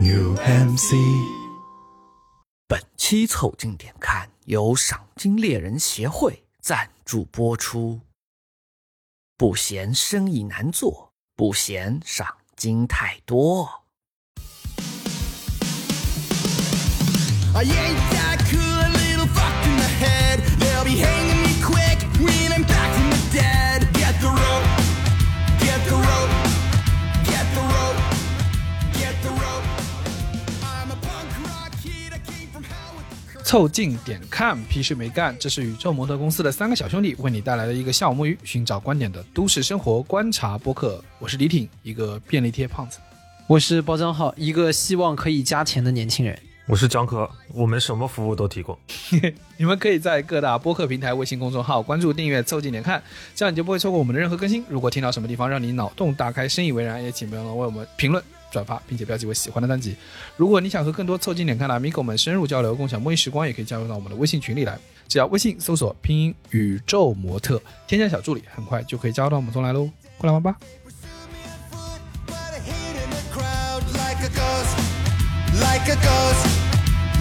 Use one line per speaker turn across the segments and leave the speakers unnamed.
New Hampshire。
本期《凑近点看》由赏金猎人协会赞助播出。不嫌生意难做，不嫌赏金太多。
I ain't that cool, a little fucked in the head. They'll be hanging me quick when I'm back from the dead. Get the rope, get the rope, get the rope, get the rope. I'm a punk rock kid, I came from hell with the curse.
凑近点看，屁事没干。这是宇宙模特公司的三个小兄弟为你带来的一个下午摸鱼、寻找观点的都市生活观察播客。我是李挺，一个便利贴胖子。
我是包张浩，一个希望可以加钱的年轻人。
我是江科，我们什么服务都提供。
你们可以在各大播客平台、微信公众号关注、订阅、凑近点看，这样你就不会错过我们的任何更新。如果听到什么地方让你脑洞大开、深以为然，也请别忘了为我们评论、转发，并且标记为喜欢的单集。如果你想和更多凑近点看的 amigo 们深入交流、共享摸鱼时光，也可以加入到我们的微信群里来。只要微信搜索拼音宇宙模特，添加小助理，很快就可以加入到我们中来喽。过来玩吧！
Pursued me afoot, but I hid in the crowd like a ghost, like a ghost,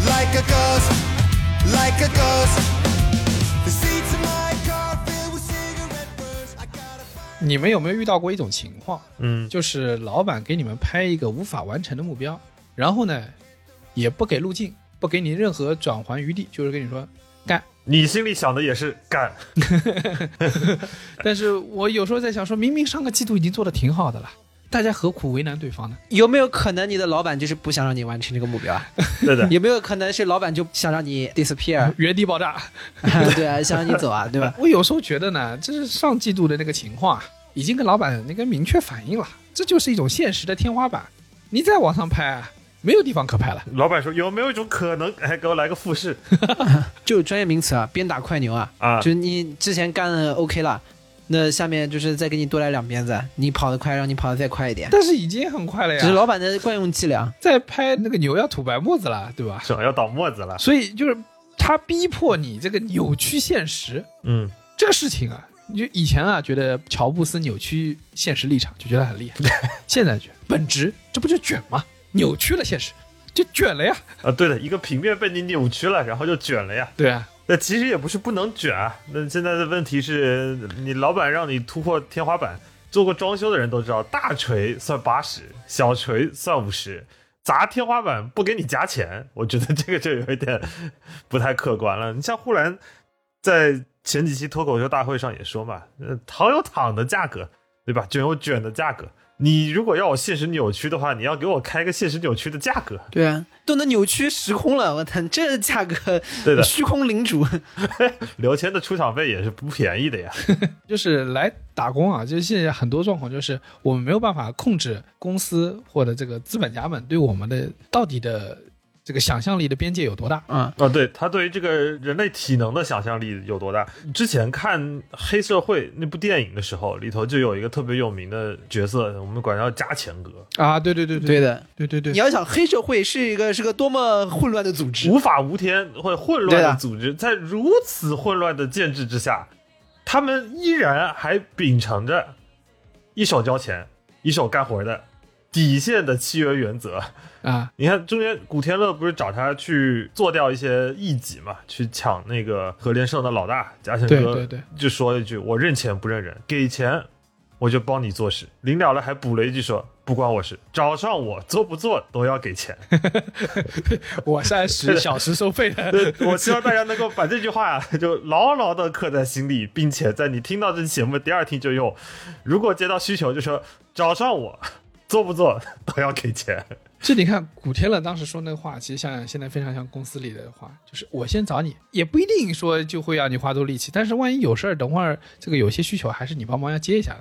like a ghost, like a ghost. The seats in my car filled with cigarette burns. I gotta find.
你们有没有遇到过一种情况？
嗯，
就是老板给你们拍一个无法完成的目标，然后呢，也不给路径，不给你任何转圜余地，就是跟你说干。
你心里想的也是 干，
但是我有时候在想，说明明上个季度已经做的挺好的了，大家何苦为难对方呢？
有没有可能你的老板就是不想让你完成这个目标啊？
对的。
有没有可能是老板就想让你 disappear？
原地爆炸。
对啊，想让你走啊，对吧？
我有时候觉得呢，这是上季度的那个情况啊，已经跟老板那个明确反映了，这就是一种现实的天花板。你再往上拍，啊，没有地方可拍了。
老板说有没有一种可能，哎，给我来个复试
就专业名词啊，鞭打快牛啊，
啊
就？是你之前干的 OK 了，那下面就是再给你多来两鞭子，你跑得快，让你跑得再快一点，
但是已经很快了
只是
呀，
老板的惯用伎俩。
再拍那个牛要吐白沫子了，对吧？
手要倒沫子了。
所以就是他逼迫你这个扭曲现实
嗯，
这个事情啊，你就以前啊觉得乔布斯扭曲现实立场就觉得很 厉害，现在觉得本质这不就卷吗？扭曲了现实，就卷了呀。
啊，对的，一个平面被你扭曲了，然后就卷了呀。
对啊，
那其实也不是不能卷啊，那现在的问题是你老板让你突破天花板。做过装修的人都知道，大锤算八十，小锤算五十，砸天花板不给你加钱，我觉得这个就有一点 不太客观了。你像呼兰在前几期脱口秀大会上也说嘛，呃，躺有躺的价格，对吧？卷有卷的价格。你如果要我现实扭曲的话，你要给我开个现实扭曲的价格，
对啊，都能扭曲时空了，我操，这价格，
对的
虚空领主。
刘谦的出场费也是不便宜的呀。
就是来打工啊，就是现在很多状况就是我们没有办法控制公司或者这个资本家们对我们的到底的这个想象力的边界有多大。
啊，
啊，对他对于这个人类体能的想象力有多大？之前看《黑社会》那部电影的时候，里头就有一个特别有名的角色，我们管他叫加钱哥，
啊，对对对
对的，
对对对
你，要想黑社会是一个是个多么混乱的组织，
无法无天或混乱
对
的
的
组织，在如此混乱的建制之下，他们依然还秉承着一手交钱，一手干活的底线的契约原则。
啊，
你看中间古天乐不是找他去做掉一些异己嘛，去抢那个和联盛的老大加钱哥，
对对对
就说一句我认钱不认人，给钱我就帮你做事。临了了还补了一句说不关我事，找上我做不做都要给 钱。
我是按十小时收费 的。
对我希望大家能够把这句话、啊就牢牢的刻在心里，并且在你听到这期节目第二天就用。如果接到需求就说找上我，做不做都要给钱。
这你看，古天乐当时说那话，其实想想现在非常像公司里的话，就是我先找你，也不一定说就会让你花多力气，但是万一有事儿，等会儿这个有些需求还是你帮忙要接一下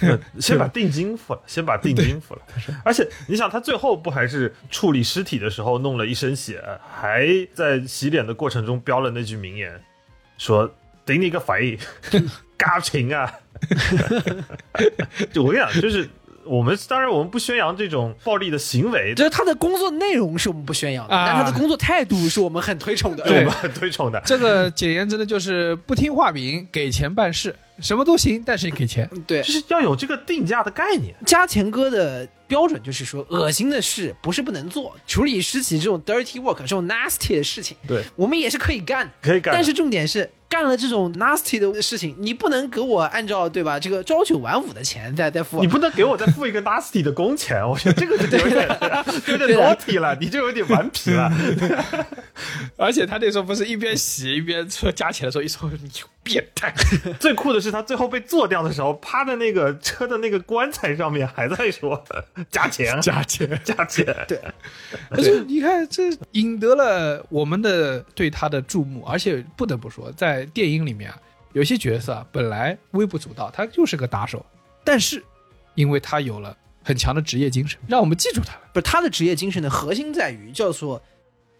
的。
先把定金付了，先把定金付了。而且你想，他最后不还是处理尸体的时候弄了一身血，还在洗脸的过程中飙了那句名言，说“顶你个 肺，嘎平啊！”就我跟你讲，就是我们当然我们不宣扬这种暴力的行为，
就是他的工作内容是我们不宣扬的，
啊
但他的工作态度是我们很推崇的。
对我们很推崇的。
这个简言之呢，就是不听话饼，给钱办事，什么都行，但是你给钱。
对
就，是要有这个定价的概念。
加钱哥的标准就是说，恶心的事不是不能做，处理尸体这种 dirty work 这种 nasty 的事情，
对，
我们也是可以干，
可以干的
但是重点是，干了这种 nasty 的事情，你不能给我按照对吧？这个朝九晚五的钱再再付
你。不能给我再付一个 nasty 的工钱，我觉得这个就有 点有点 naughty 了，你就有点顽皮了。
而且他那时候不是一边洗一边说加钱的时候，一说你个变态，
最酷的是他最后被做掉的时候，趴在那个车的那个棺材上面，还在说加 钱
加钱。
加钱。对，
而且你看，这引得了我们的对他的注目，而且不得不说，在电影里面啊，有些角色啊本来微不足道，他就是个打手，但是因为他有了很强的职业精神，让我们记住他了。
不是他的职业精神的核心在于叫做，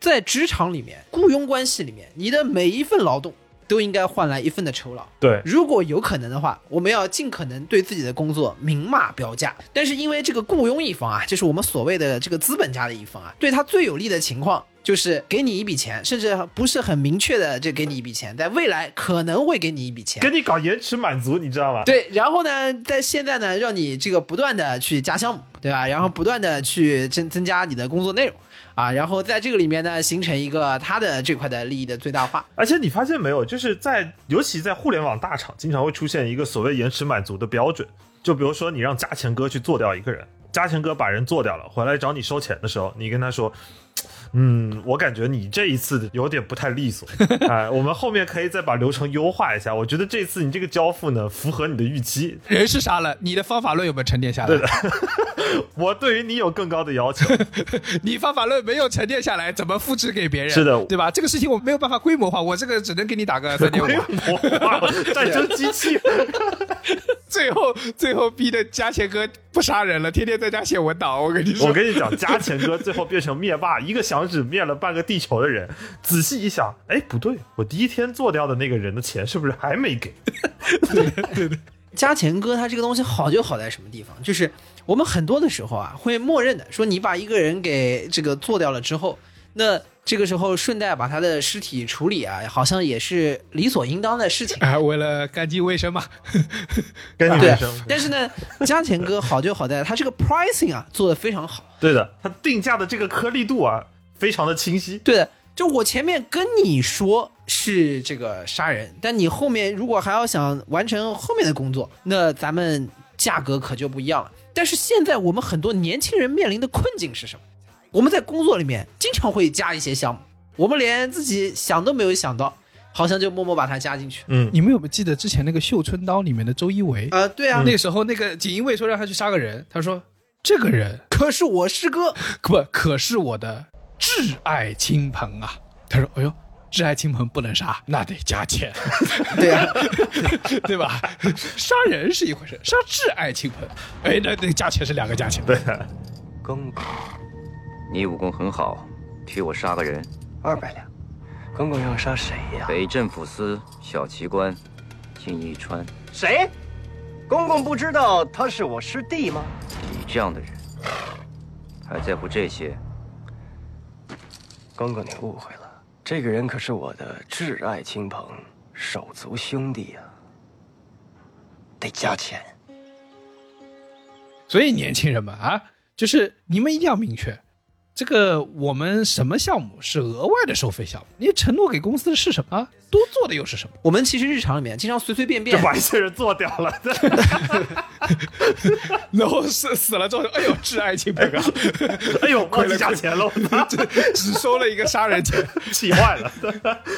在职场里面、雇佣关系里面，你的每一份劳动都应该换来一份的酬劳。
对
如果有可能的话，我们要尽可能对自己的工作明码标价。但是因为这个雇佣一方啊，就是我们所谓的这个资本家的一方啊，对他最有利的情况就是给你一笔钱，甚至不是很明确的就给你一笔钱，在未来可能会给你一笔钱。
跟你搞延迟满足，你知道吗？
对，然后呢，在现在呢，让你这个不断的去加项目，对吧？然后不断的去增增加你的工作内容啊，然后在这个里面呢，形成一个他的这块的利益的最大化。
而且你发现没有，就是在尤其在互联网大厂，经常会出现一个所谓延迟满足的标准。就比如说，你让加钱哥去做掉一个人，加钱哥把人做掉了，回来找你收钱的时候，你跟他说。嗯，我感觉你这一次有点不太利索，哎，我们后面可以再把流程优化一下。我觉得这次你这个交付呢，符合你的预期，
人是杀了，你的方法论有没有沉淀下来？
对的， 我对于你有更高的要求。
你方法论没有沉淀下来，怎么复制给别人？
是的
对吧？这个事情我没有办法规模化，我这个只能给你打个三点
规
五。
模化 战争机器，
最后最后逼的加钱哥不杀人了，天天在家写文档。我跟你说，
我跟你讲，加钱哥最后变成灭霸，一个响指灭了半个地球的人。仔细一想，哎，不对，我第一天做掉的那个人的钱是不是还没给？
加钱哥他这个东西好就好在什么地方？就是我们很多的时候啊，会默认的说你把一个人给这个做掉了之后，那这个时候顺带把他的尸体处理啊，好像也是理所应当的事情。
啊，为了干净卫生嘛，
跟你
对
们说，，
但是呢，加钱哥好就好在他这个 pricing 啊做的非常好。
对的，他定价的这个颗粒度啊，非常的清晰。
对的，就我前面跟你说是这个杀人，但你后面如果还要想完成后面的工作，那咱们价格可就不一样了。但是现在我们很多年轻人面临的困境是什么？我们在工作里面经常会加一些项目，我们连自己想都没有想到，好像就默默把它加进去。
嗯，
你们有没有记得之前那个《绣春刀》里面的周一围？
呃，对 啊，
那时候那个锦衣卫说让他去杀个人，他说这个人
可是我师哥，
不可是我的挚爱亲朋啊。他说，哎呦。挚爱亲朋不能杀，那得加钱，
对啊，
对吧？ 杀人是一回事，杀挚爱亲朋，哎，那那价钱是两个价钱。
对，
更，你武功很好，替我杀个人。
二百两，耿耿要杀谁呀、
北镇抚司小奇官，金一川，
谁？公公不知道他是我师弟吗？
你这样的人，还在乎这些？
公公，你误会了，这个人可是我的挚爱亲朋，手足兄弟呀、得加钱。
所以年轻人们啊，就是你们一定要明确，这个我们什么项目是额外的收费项目，你承诺给公司的是什么啊？多做的又是什么？
我们其实日常里面经常随随便便
就把一些人做掉了。
然后死死了之后，哎呦，挚爱亲朋 啊，
哎呦，
亏
忘
了
记加钱了，我操，
只收了一个杀人钱。
气坏了。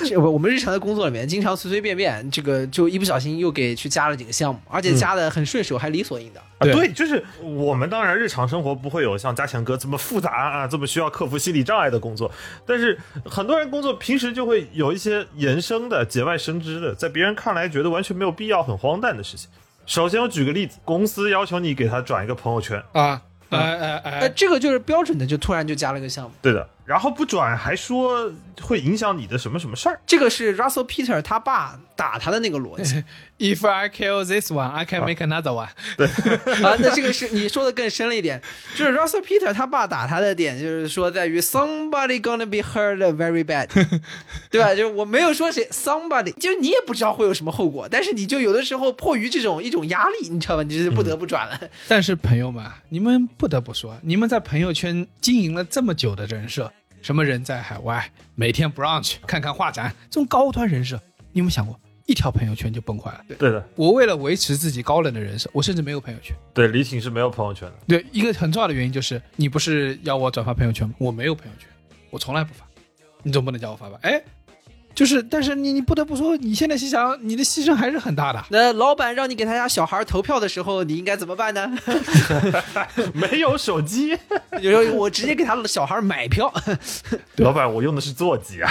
这我我们日常的工作里面，经常随随便便，这个就一不小心又给去加了几个项目，而且加的很顺手，还理所应当。
啊
对
对，就是我们当然日常生活不会有像加强哥这么复杂啊，这么需要克服心理障碍的工作，但是很多人工作平时就会有一些延伸的、节外生枝的，在别人看来觉得完全没有必要、很荒诞的事情。首先，我举个例子，公司要求你给他转一个朋友圈，
啊，哎哎
呃，
哎，
这个就是标准的，就突然就加了个项目。
对的，然后不转还说会影响你的什么什么事儿。
这个是 Russell Peter 他爸打他的那个逻辑
If I kill this one, I can make another one。
啊。那这个是你说的更深了一点，就是 Russell Peter 他爸打他的点，就是说在于 somebody gonna be hurt very bad，对 吧？就是我没有说谁 somebody，就是你也不知道会有什么后果，但是你就有的时候迫于这种一种压力，你知道吧？你就是不得不转了。
但是朋友们，啊你们不得不说，你们在朋友圈经营了这么久的人设，什么人在海外，每天 brunch 看看画展，这种高端人设，你有没有想过，一条朋友圈就崩坏了？
对的，
我为了维持自己高冷的人设，我甚至没有朋友圈。
对，李挺是没有朋友圈的。
对，一个很重要的原因就是，你不是要我转发朋友圈吗？我没有朋友圈，我从来不发，你总不能叫我发吧？哎，就是，但是你你不得不说，你现在心想，你的牺牲还是很大的。
那老板让你给他家小孩投票的时候，你应该怎么办呢？
没有手机，
有时候我直接给他的小孩买票，
老板，我用的是座机啊。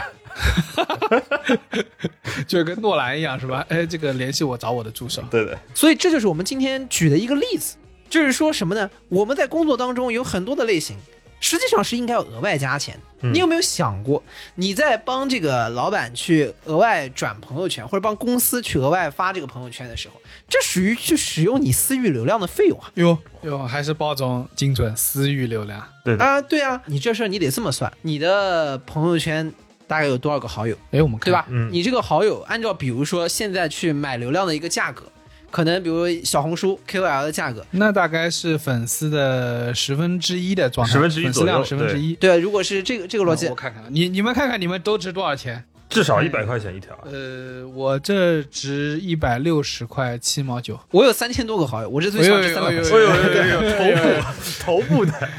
就跟诺兰一样是吧？哎，这个联系我找我的助手。
对的，
所以这就是我们今天举的一个例子，就是说什么呢？我们在工作当中有很多的类型，实际上是应该要额外加钱。你有没有想过，你在帮这个老板去额外转朋友圈，或者帮公司去额外发这个朋友圈的时候，这属于去使用你私域流量的费用啊？
哟哟，还是包总精准私域流量。
对的，
啊，对啊，你这事儿你得这么算，你的朋友圈大概有多少个好友？
哎，我们看
对吧？？
嗯
你这个好友按照比如说现在去买流量的一个价格，可能比如小红书 KOL 的价格，
那大概是粉丝的十分之一的状态，
十分之一
粉丝
左右
量十分之一。
对，啊如果是这个这个逻辑
我，看看，你你们看看，你们都值多少钱？
至少一百块钱一条。啊
呃，我这值一百六十块七毛九。
我有三千多个好友，我这最少是三百
哎呦哎
块钱
呦。
哎呦哎呦，哎呦头部头部的，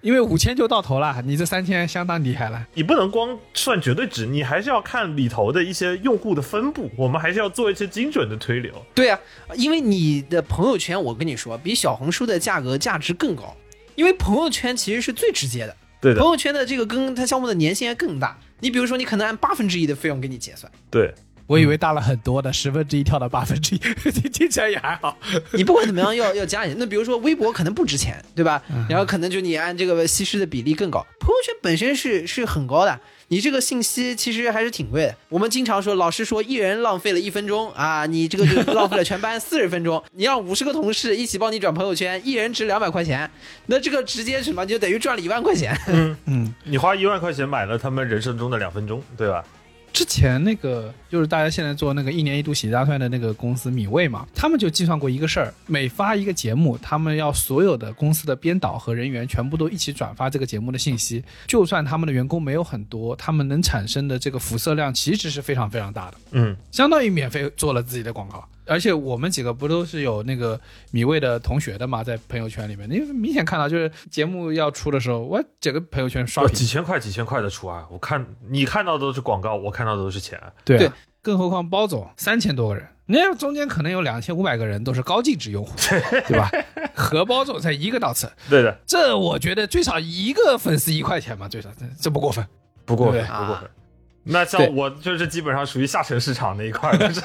因为五千就到头了，你这三千相当厉害了。
你不能光算绝对值，你还是要看里头的一些用户的分布，我们还是要做一些精准的推流。
对啊，因为你的朋友圈，我跟你说，比小红书的价格价值更高，因为朋友圈其实是最直接的，
对的
朋，友圈的这个跟它项目的粘性还更大。你比如说，你可能按八分之一的费用给你结算，
对，
我以为大了很多的，十分之一跳到八分 之一，听听起来也还好。
你不管怎么样要要加一点。那比如说微博可能不值钱，对吧？然后可能就你按这个稀释的比例更高。朋友圈本身是是很高的，你这个信息其实还是挺贵的。我们经常说，老师说一人浪费了一分钟啊，你这个就浪费了全班四十分钟。你让五十个同事一起帮你转朋友圈，一人值两百块钱，那这个直接什么你就等于赚了一万块钱。
你花一万块钱买了他们人生中的两分钟，对吧？
之前那个就是大家现在做那个一年一度喜剧大赛的那个公司米未嘛，他们就计算过一个事儿，每发一个节目，他们要所有的公司的编导和人员全部都一起转发这个节目的信息，就算他们的员工没有很多，他们能产生的这个辐射量其实是非常非常大的。
嗯，
相当于免费做了自己的广告。而且我们几个不都是有那个米未的同学的嘛，在朋友圈里面，你明显看到就是节目要出的时候，我整个朋友圈刷
要
屏
几。千块几千块的出啊！我看你看到的都是广告，我看到的都是钱。
对啊
对
更何况包总三千多个人，那中间可能有两千五百个人都是高净值 用户，对吧？和包总才一个档次，
对的，
这我觉得最少一个粉丝一块钱嘛，最少这这不过分。
不过分，
对
不过分。那像我就是基本上属于下沉市场那一块的，是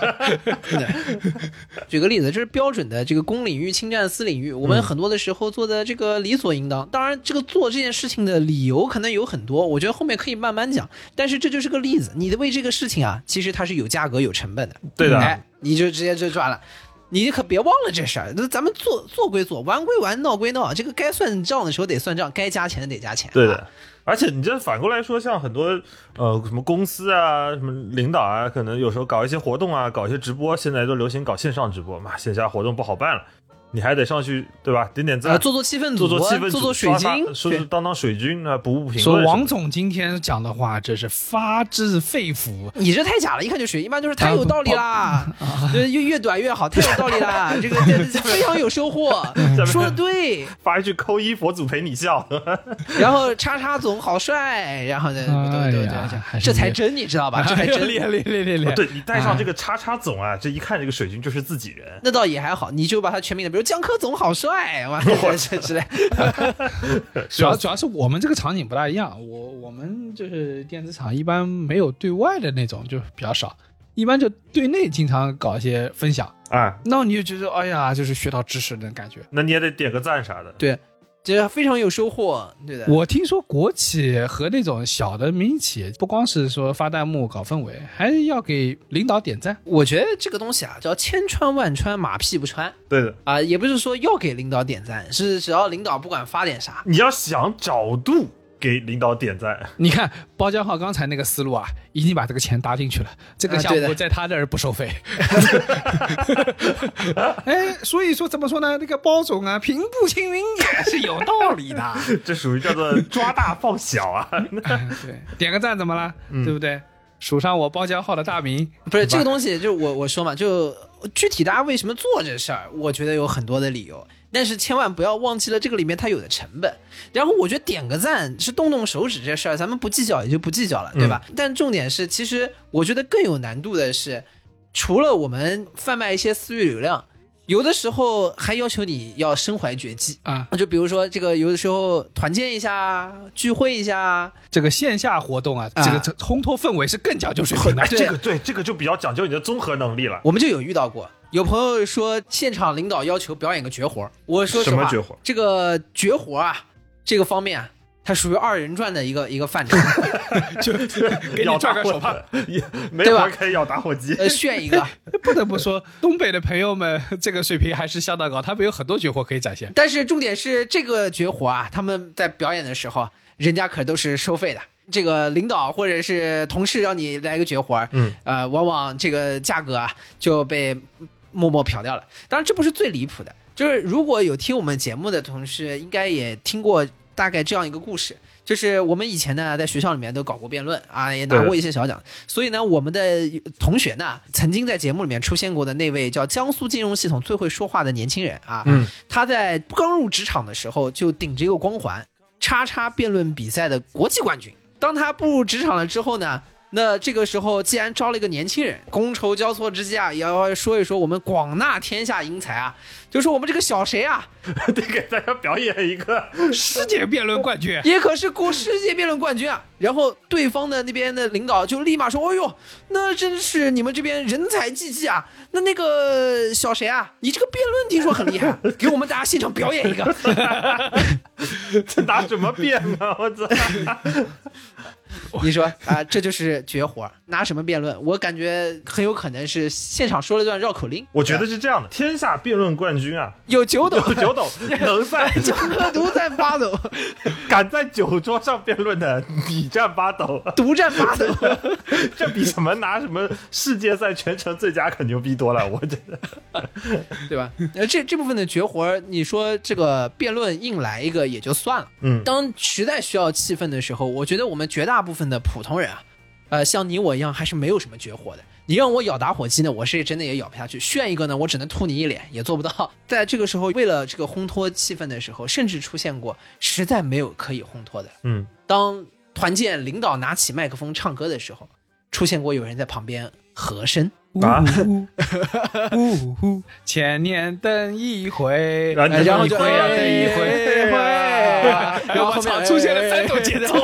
举个例子，这是标准的这个公领域侵占私领域，我
嗯
们很多的时候做的这个理所应当。当然，这个做这件事情的理由可能有很多，我觉得后面可以慢慢讲。但是这就是个例子，你的为这个事情啊，其实它是有价格、有成本的。
对的
哎，你就直接就赚了。你可别忘了这事儿，那咱们做做归做，玩归玩，闹归闹，这个该算账的时候得算账，该加钱的得加钱。
对
啊
的。而且你这反过来说，像很多呃什么公司啊、什么领导啊，可能有时候搞一些活动啊、搞一些直播，现在都流行搞线上直播嘛，线下活动不好办了，你还得上去对吧？点点赞，
呃，做做气氛组，
做做气氛组，
做做水
刷刷
晶，
说
对
是当当水军啊，补补评
说
论什么的。
王总今天讲的话真是发自肺腑，
你这太假了，一看就学，一般就是太有道理啦，
啊
就是越越短越好，太有道理 啦，这个这这非常有收获，说的对。
发一句扣一，佛祖陪你 笑。哦
然后叉叉总好帅，然后呢，对对对
哎呀还
对，
是
这才真，你知道吧？ 这
哎
才真。
害厉害厉害
对你带上这个叉叉总啊，这一看这个水军就是自己人。
那倒也还好，你就把他全名的，比如江科总好帅，哇，这这 之类。
主要主要是我们这个场景不大一样，我我们就是电子厂一般没有对外的那种，就比较少，一般就对内经常搞一些分享，
啊，
那你就觉得哎呀，就是学到知识的感觉。
那你也得点个赞啥的。
对，这非常有收获，对的。
我听说国企和那种小的民营企业，不光是说发弹幕搞氛围，还要给领导点赞。
我觉得这个东西啊，叫千穿万穿，马屁不穿
对的，
啊，也不是说要给领导点赞，是只要领导不管发点啥，
你要想找度给领导点赞，
你看包江浩刚才那个思路啊，已经把这个钱搭进去了。这个
啊
项
对
目
的
在他这儿不收费。哎，所以说怎么说呢？那个包总啊，平步青云也 是有道理的。
这属于叫 做抓大放小啊。
对，点个赞怎么了？对不对？署上我包江浩的大名，
不是这个东西，就我我说嘛，就具体大家为什么做这事儿，我觉得有很多的理由，但是千万不要忘记了这个里面它有的成本。然后我觉得点个赞是动动手指这事儿，咱们不计较也就不计较了，对吧？但重点是，其实我觉得更有难度的是，除了我们贩卖一些私域流量，有的时候还要求你要身怀绝技
啊，
就比如说这个有的时候团建一下啊，聚会一下啊，
这个线下活动啊，
啊
这个这烘托氛围是更讲究水平 的。
哎，这个对，这个就比较讲究你的综合能力了。
我们就有遇到过，有朋友说现场领导要求表演个绝活儿，我说实话
什么绝活儿
这个绝活儿啊，这个方面啊，它属于二人转的一个一个 范畴。
给你
咬
转
打
个手帕
火，也没
对吧
活可以咬打火机。
呃，炫一个，
不得不 说，东北的朋友们这个水平还是相当高，他们有很多绝活可以展现。
但是重点是这个绝活啊，他们在表演的时候，人家可都是收费的。这个领导或者是同事让你来个绝活，嗯，呃，往往这个价格啊就被默默嫖掉了。当然，这不是最离谱的，就是如果有听我们节目的同事，应该也听过大概这样一个故事，就是我们以前呢在学校里面都搞过辩论啊，也拿
对
过一些小奖，所以呢，我们的同学呢曾经在节目里面出现过的那位叫江苏金融系统最会说话的年轻人啊，嗯，他在刚入职场的时候就顶着一个光环，叉叉辩论比赛的国际冠军。当他步入职场了之后呢，那这个时候既然招了一个年轻人，觥筹交错之际啊，也要说一说我们广纳天下英才啊，就说我们这个小谁啊，
得给大家表演一个，
世界辩论冠军，
也可是国世界辩论冠军啊。然后对方的那边的领导就立马说：“哎呦，那真是你们这边人才济济啊！那那个小谁啊，你这个辩论听说很厉害，给我们大家现场表演一个。
这拿什么变啊？ 我操！
你说啊，这就是绝活，拿什么辩论？我感觉很有可能是现场说了段绕口令。
我觉得是这样的，天下辩论冠军 啊，
有九斗，
有九斗，能 在
九个独占八 斗，
敢在酒桌上辩论的，你占八 斗，
独占八斗。
这比什么拿什么世界赛全程最佳可牛逼多了。我觉得
对吧？呃，这这部分的绝活儿，你说这个辩论硬来一个也就算了，
嗯
当实在需要气氛的时候，我觉得我们绝大部分的普通人啊，呃，像你我一样，还是没有什么绝活的。你让我咬打火机呢，我是真的也咬不下去；炫一个呢，我只能吐你一脸，也做不到。在这个时候，为了这个烘托气氛的时候，甚至出现过实在没有可以烘托的。
嗯，
当团建领导拿起麦克风唱歌的时候，出现过有人在旁边和声。
啊，
千年等一回，
然后你
然后
一
就
回呀，
哎
等一回，
哎
然后我
后面
操，
哎
出现了三种节奏，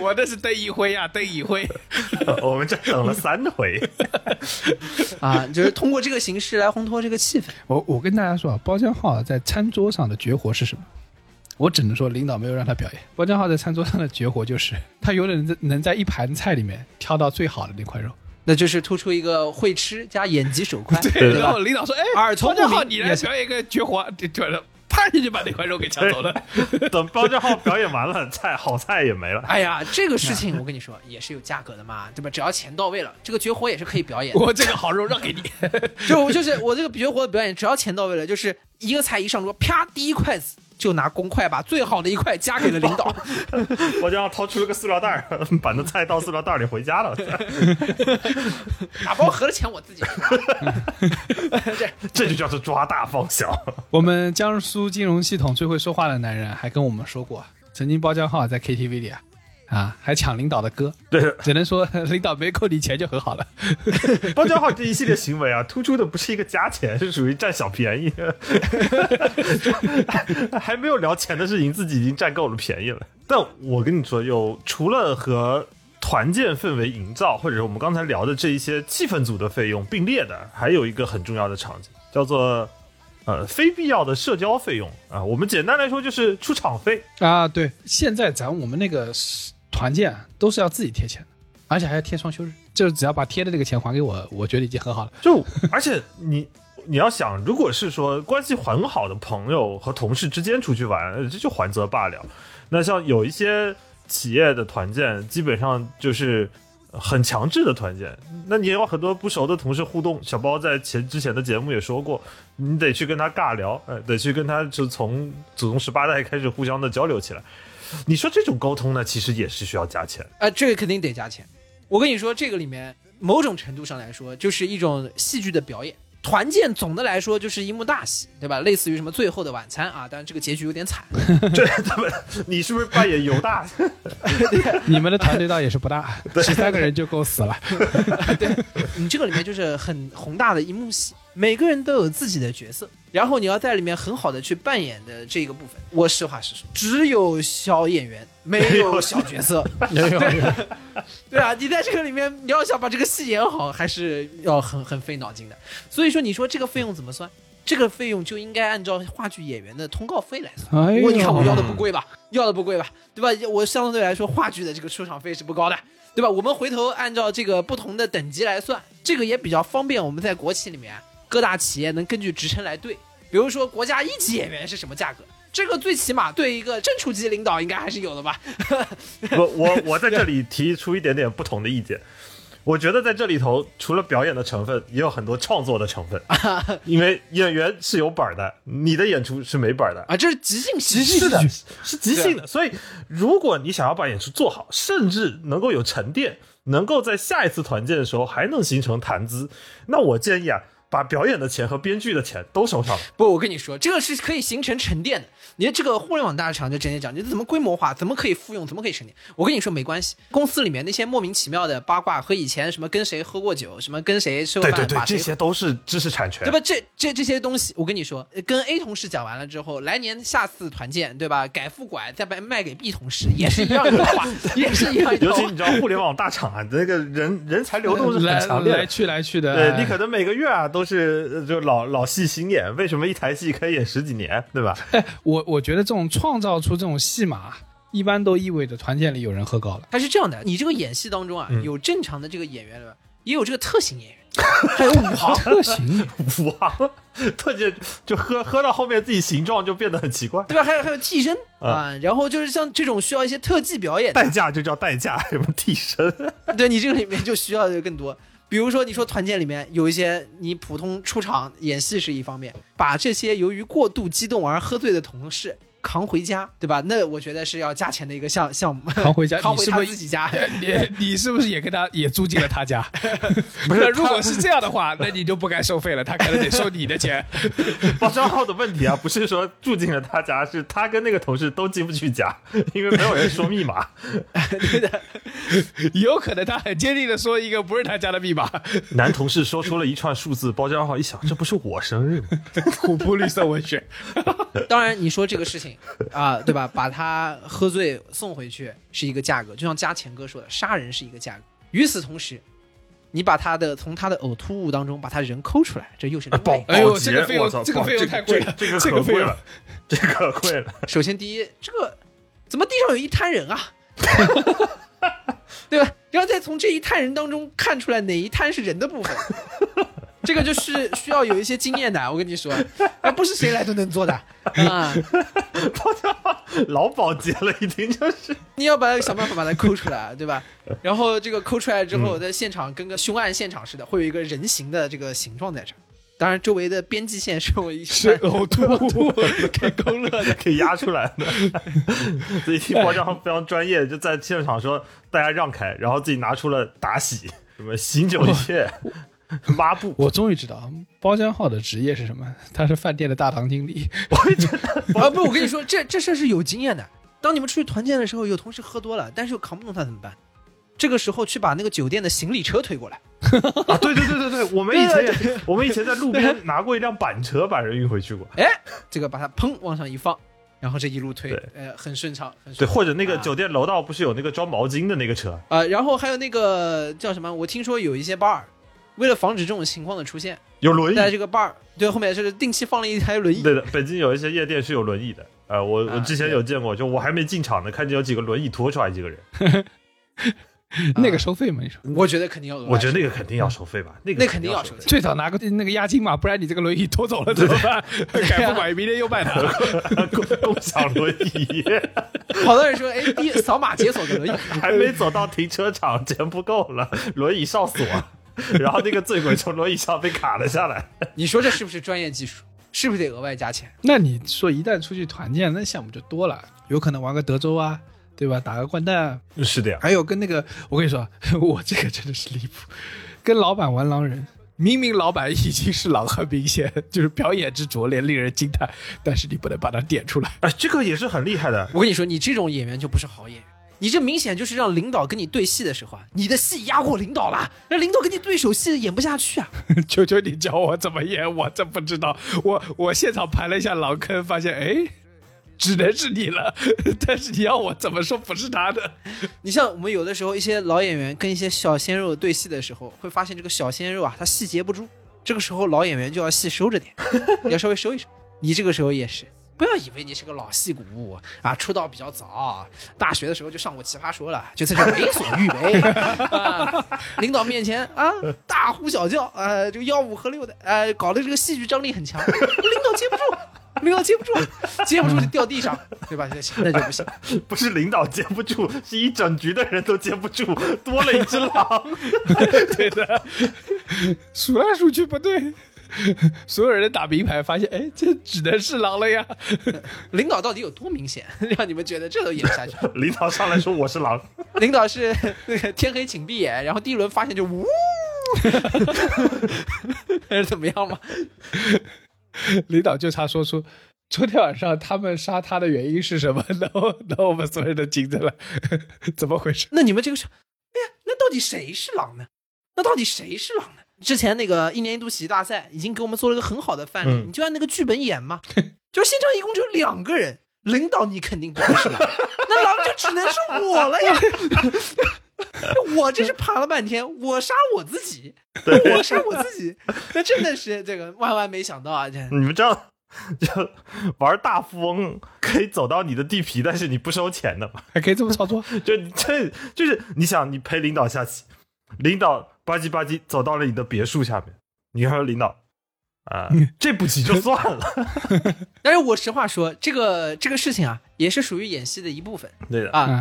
我那是等一回呀，等一回，
我们这等了三回，
啊，就是通过这个形式来烘托这个气氛。
我我跟大家说啊，包江浩在餐桌上的绝活是什么？我只能说，领导没有让他表演。包江浩在餐桌上的绝活就是，他有点能在能在一盘菜里面挑到最好的那块肉。
那就是突出一个会吃加眼疾手快，
对，
对
然
吧
后？领导说：“哎，
耳聪
包江
目
浩，
明
你
也
来
是
表演一个绝活。”就觉得啪就把那块肉给抢走了。
等包正浩表演完了，菜好菜也没了。
哎呀，这个事情我跟你说也是有价格的嘛，对吧？只要钱到位了，这个绝活也是可以表演的。
我这个好肉让给你，
就我就是我这个绝活的表演，只要钱到位了，就是一个菜一上桌，啪，第一筷子就拿公筷把最好的一块夹给了 领导。
包正浩掏出了个塑料袋儿， 把那菜倒塑料袋儿里回家了。
打包盒的钱我自己拿。
这就叫做抓大放小。
我们江苏金融系统最会说话的男人还跟我们说过，曾经包江浩在 KTV 里啊，啊还抢领导的歌，
对的，
只能说 领导没扣你钱就很好了。
包江浩这一系列行为啊，突出的不是一个加钱， 是属于占小便宜， 还没有聊钱的事情，自己已经占够了便宜了。但我跟你说，有除了和团建氛围营造，或者是我们刚才聊的这一些气氛组的费用并列的，还有一个很重要的场景，叫做呃非必要的社交费用啊、我们简单来说就是出场费。
啊，对，现在咱我们那个团建啊都是要自己贴钱的，而且还要贴双休日，就是只要把贴的这个钱还给我，我觉得已经 很好了。
就而且你你要想，如果是说关系很好的朋友和同事之间出去玩，呃这就还则罢了。那像有一些企业的团建，基本上就是呃很强制的团建，那你也有很多不熟的同事互动。小包在前之前的节目也说过，你得去跟他尬聊，呃，得去跟他就从祖宗十八代开始互相的交流起来。你说这种沟通呢，其实也是需要加钱。
啊，这个肯定得加钱。我跟你说，这个里面某种程度上来说，就是一种戏剧的表演。团建总的来说就是一幕大戏，对吧？类似于什么《最后的晚餐》啊，当然这个结局有点惨。
这他们，你是不是扮演犹大？
你们的团队倒也是不大，十三个人就够死了。
你这个里面就是很宏大的一幕戏，每个人都有自己的角色，然后你要在里面很好的去扮演的这个部分。我实话实说，只有小演员，没有小角色。
有有有，
对啊，你在这个里面，你要想把这个戏演好，还是要很很费脑筋的。所以说，你说这个费用怎么算？这个费用就应该按照话剧演员的通告费来算。
哎呦
我你看我要的不贵吧，要的不贵吧，对吧？我相对来说，话剧的这个出场费是不高的，对吧？我们回头按照这个不同的等级来算，这个也比较方便我们在国企里面各大企业能根据职称来对。比如说国家一级演员是什么价格？这个最起码对一个正处级领导应该还是有的吧？
我我我在这里提出一点点不同的意见。我觉得在这里头，除了表演的成分，也有很多创作的成 分，因为演员是有本儿的，你的演出是没本儿的，
啊，这是即兴啊即
是的，是即兴的。所以，如果你想要把演出做好，甚至能够有沉淀，能够在下一次团建的时候还能形成谈资，那我建议啊，把表演的钱和编剧的钱都收上。
不，我跟你说，这个是可以形成沉淀的。你这个互联网大厂就直接讲，你怎么规模化，怎么可以复用，怎么可以沉淀？我跟你说没关系，公司里面那些莫名其妙的八卦和以前什么跟谁喝过酒，什么跟谁吃过
对
饭，
对对
把，谁
这些都是知识产权
对。吧？这这这些东西，我跟你说，呃跟 A 同事讲完了之后，来年下次团建，对吧？改副拐再卖卖给 B 同事，也是一样的 话，也是一样的
尤
话
其。你知道互联网大厂啊，那个人人才流动是很
来
强烈的
来。去来去的，
对你可能每个月啊都是呃就老老戏新演，为什么一台戏可以演十几年，对吧？
哎，我我觉得这种创造出这种戏码，一般都意味着团建里有人喝高了。
它是这样的，你这个演戏当中
嗯
啊，有正常的这个演员对吧，也有这个特型演员，还有武 行。
特型，
哇，特技就喝喝到后面自己形状就变得很奇怪，
对吧？还有还有替身
嗯啊
啊，然后就是像这种需要一些特技表演的，
代驾就叫代驾， 什么替身，
对你这个里面就需要的更多。比如说，你说团建里面有一些你普通出场演戏是一方面，把这些由于过度激动而喝醉的同事扛回家，对吧？那我觉得是要加钱的一个项项目。
扛回家
扛
你
回
是
他
不是
自己家。
你你是不是也跟他也租进了他家？ 不是，如果是这样的话， 那你就不该收费了，他可能得收你的 钱。
包账号的问题啊，不是说住进了他家，是他跟那个同事都进不去家， 因为没有人说密 码。
有可能他很坚定的说一个不是他家的密码，
男同事说出了一串数字，包账号一想，这不是我生日吗？
虎扑绿色文学。
当然，你说这个事情啊，对吧？把他喝醉送回去是一个价格，就像加钱哥说的，杀人是一个价格。与此同时，你把他的从他的呕吐物当中把他人抠出来，这又是另外一个
哎呦
保洁
这个费用
我操
这个费用
保
太贵了
这
这
这
个
个
费
可贵
用
了，这个可贵了。
首先，第一，这个怎么地上有一滩人啊？ 对吧？然后再从这一滩人当中看出来哪一滩是人的部分，这个就是需要有一些经验的。我跟你说，啊，不是谁来都能做的啊！
老保洁了，一听就是
你要把它想办法把它抠出来，对吧？然后这个抠出来之后，在现场跟个凶案现场似的，会有一个人形的这个形状在这儿。当然，周围的边际线是我一
是呕吐物，
给勾勒的。
给压出来的。所以包装非常专业，就在现场说大家让开，然后自己拿出了打洗什么醒酒液、抹布。
我终于知道包浆号的职业是什么，他是饭店的大堂经理。
啊，不，我跟你说，这这事儿是有经验的。当你们出去团建的时候，有同事喝多了，但是又扛不动他怎么办？这个时候去把那个酒店的行李车推过来，
啊，对对对对对，我们以前也，我们以前在路边拿过一辆板车把人运回去过。
哎，这个把它砰往上一放，然后这一路推
对，
呃，很顺畅，很
对，
顺畅。
或者那个酒店楼道不是有那个装毛巾的那个车？
啊、然后还有那个叫什么？我听说有一些 bar，为了防止这种情况的出现，
有轮椅
在这个 bar 对后面是定期放了一台轮椅，
哎对的，北京有一些夜店是有轮椅的。呃，我我
啊
之前有见过，就我还没进场呢，看见有几个轮椅拖出来几个人，
那个收费吗？你说
我觉得肯定要额外
我觉得那个肯定要收费吧，那个
那肯定要收
收费。
钱。
最少拿个那个押金嘛，不然你这个轮椅拖走了怎么办？ 啊改不买，明天又卖它。
共共享轮椅
好多人说，哎，第一扫码解锁个轮椅，
还没走到停车场， 钱不够了，轮椅上锁，然后那个醉鬼从轮椅上被卡了下来。
你说这是不是专业技术？是不是得额外加钱？
那你说一旦出去团建，那项目就多了，有可能玩个德州啊，对吧？打个掼蛋啊，
是的呀，
还有跟那个，我跟你说， 我这个真的是离谱，跟老板玩狼人。明明老板已经是狼，很明显就是表演之拙劣令人惊叹，但是你不能把它点出来。
哎，这个也是很厉害的。
我跟你说，你这种演员就不是好演员，你这明显就是让领导跟你对戏的时候啊，你的戏压过领导了，让领导跟你对手戏演不下去啊。
求求你教我怎么演，我真不知道。我我现场盘了一下狼坑，发现哎，只能是你了。 但是你要我怎么说不是他的？
你像我们有的时候一些老演员跟一些小鲜肉对戏的时候，会发现这个小鲜肉啊，他细节不住，这个时候老演员就要细收着点，要稍微收一收。你这个时候也是。不要以为你是个老戏骨啊，出道比较早，大学的时候就上过《奇葩说》了，就在这为所欲为啊！领导面前啊，大呼小叫，啊，这个吆五喝六的，呃、搞得这个戏剧张力很强，领导接不住，领导接不住，接不住就掉地上，对吧？那就不行。
不是领导接不住，是一整局的人都接不住，多了一只狼。
对的，数来数去不对， 所有人打名牌，发现哎，这只能是狼了呀。
领导到底有多明显， 让你们觉得这都演不下去？
领导上来说我是狼，
领导是那个天黑请闭眼，然后第一轮发现就呜， 还是怎么样嘛？
领导就差说出昨天晚上他们杀他的原因是什么， 然后然后我们所有人都惊着了， 怎么回事？
那你们这个是，哎呀，那到底谁是狼呢？那到底谁是狼呢？之前那个一年一度喜剧大赛已经给我们做了一个很好的范例，
嗯
你就按那个剧本演嘛。就是现场一共只有两个人，领导你肯定不会是狼，那狼就只能是我了呀。 我这是盘了半天，我杀我自己， 我杀我自己，那真的是这个万万没想到啊！这
你们知道，就玩大富翁可以走到你的地皮，但是你不收钱的吗？
还可以这么操作？
就这就是你想，你陪领导下棋，领导吧唧吧唧走到了你的别墅下面，你还有领导啊、这步棋就算 了。
但是我实话说，这个这个事情啊，也是属于演戏的一部分
对的，
啊。
嗯，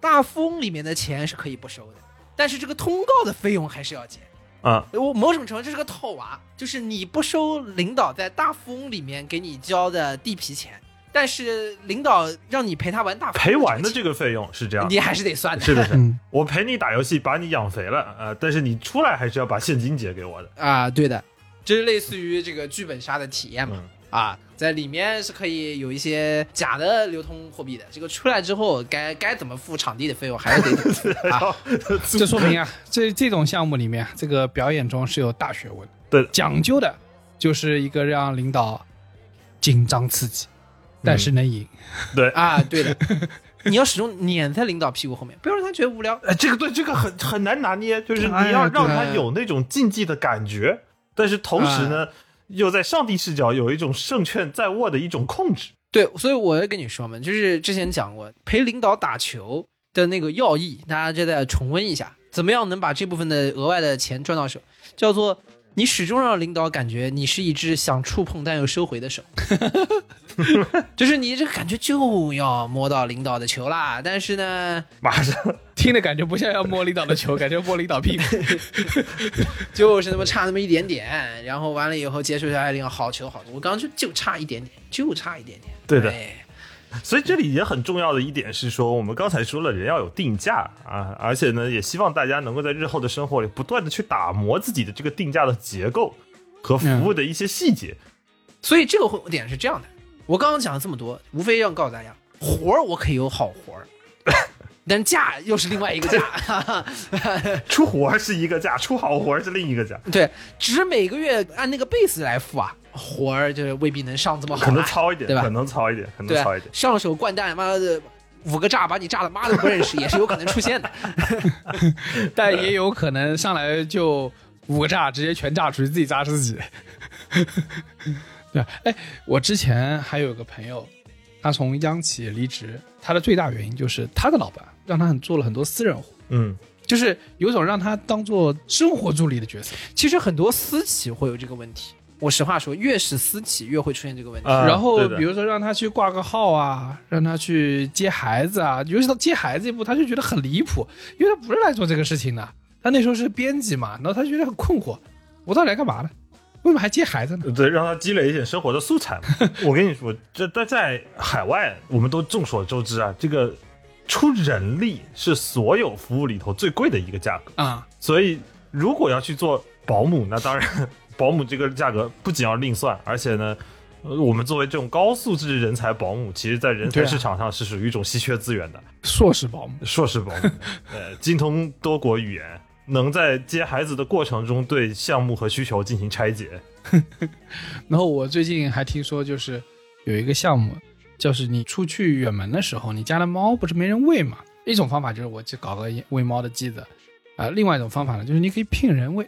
大富翁里面的钱是可以不收的，但是这个通告的费用还是要结。
啊、
我某种程度这是个套娃，就是你不收领导在大富翁里面给你交的地皮钱，但是领导让你陪他玩大富翁，
陪玩的这个费用是这样，
你还是得算的。
是的是的
嗯
我陪你打游戏把你养肥了啊、呃但是你出来还是要把现金结给我的。
啊，对的，这是类似于这个剧本杀的体验嘛。
嗯
啊，在里面是可以有一些假的流通货币的，这个出来之后该该怎么付场地的费用还是得 啊，
这说明啊，这这种项目里面，这个表演中是有大学问的，
对的
讲究的就是一个让领导紧张刺激，但是能赢。
对，
啊，对的，你要始终撵在领导屁股后面，不要让他觉得无聊。
哎，这个对，这个很很难拿捏，就是
哎
你
呀
要让
对
他有那种竞技的感觉，但是同时呢，又在上帝视角有一种胜券在握的一种控制。
对，所以我也跟你说嘛，就是之前讲过陪领导打球的那个要义，大家就再重温一下，怎么样能把这部分的额外的钱赚到手，叫做你始终让领导感觉你是一只想触碰但又收回的手， 就是你这个感觉就要摸到领导的球啦，但是呢，
马上，
听的感觉不像要摸领导的球，感觉摸领导屁股。
就是那么差那么一点点，然后完了以后接触下来，领导好球好球，我刚刚就就差一点点，就差一点点，
对的
哎
所以这里也很重要的一点是说，我们刚才说了，人要有定价啊，而且呢，也希望大家能够在日后的生活里不断的去打磨自己的这个定价的结构和服务的一些细节。
所以这个点是这样的，我刚刚讲了这么多，无非让告诉大家，活儿我可以有好活儿， 但价又是另外一个价。
出活是一个价，出好活是另一个价，
对，只每个月按那个 base 来付啊，活儿就是未必能上这么好啊，
可能糙一点，
对吧
可？能糙一点，可能
对啊
糙一点，。
上手掼蛋，妈的五个炸把你炸 的 妈都不认识，也是有可能出现的。
但也有可能上来就五个炸直接全炸出去，自己炸自己。对，哎，我之前还有个朋友，他从央企离职，他的最大原因就是他的老板让他很做了很多私人活，
嗯，
就是有种让他当做生活助理的角色。
其实很多私企会有这个问题。我实话说，越是私企越会出现这个问题。
啊
然后
对的
比如说让他去挂个号啊，让他去接孩子啊，尤其到接孩子一步，他就觉得很离谱，因为他不是来做这个事情的，他那时候是编辑嘛，然后他就觉得很困惑，我到底来干嘛呢？为什么还接孩子呢？
对，让他积累一点生活的素材嘛。我跟你说，这但在海外，我们都众所周知啊，这个出人力是所有服务里头最贵的一个价格。
啊、
所以如果要去做保姆，那当然 保姆这个价格不仅要另算，而且呢。呃我们作为这种高素质人才保姆，其实，在人
对
才
啊
市场上是属于一种稀缺资源的。
硕士保姆
硕士保 姆，呃，精通多国语言，能在接孩子的过程中对项目和需求进行拆解。
然后我最近还听说，就是有一个项目，就是你出去远门的时候，你家的猫不是没人喂嘛？一种方法就是我去搞个喂猫的机子，啊、另外一种方法呢，就是你可以聘人喂，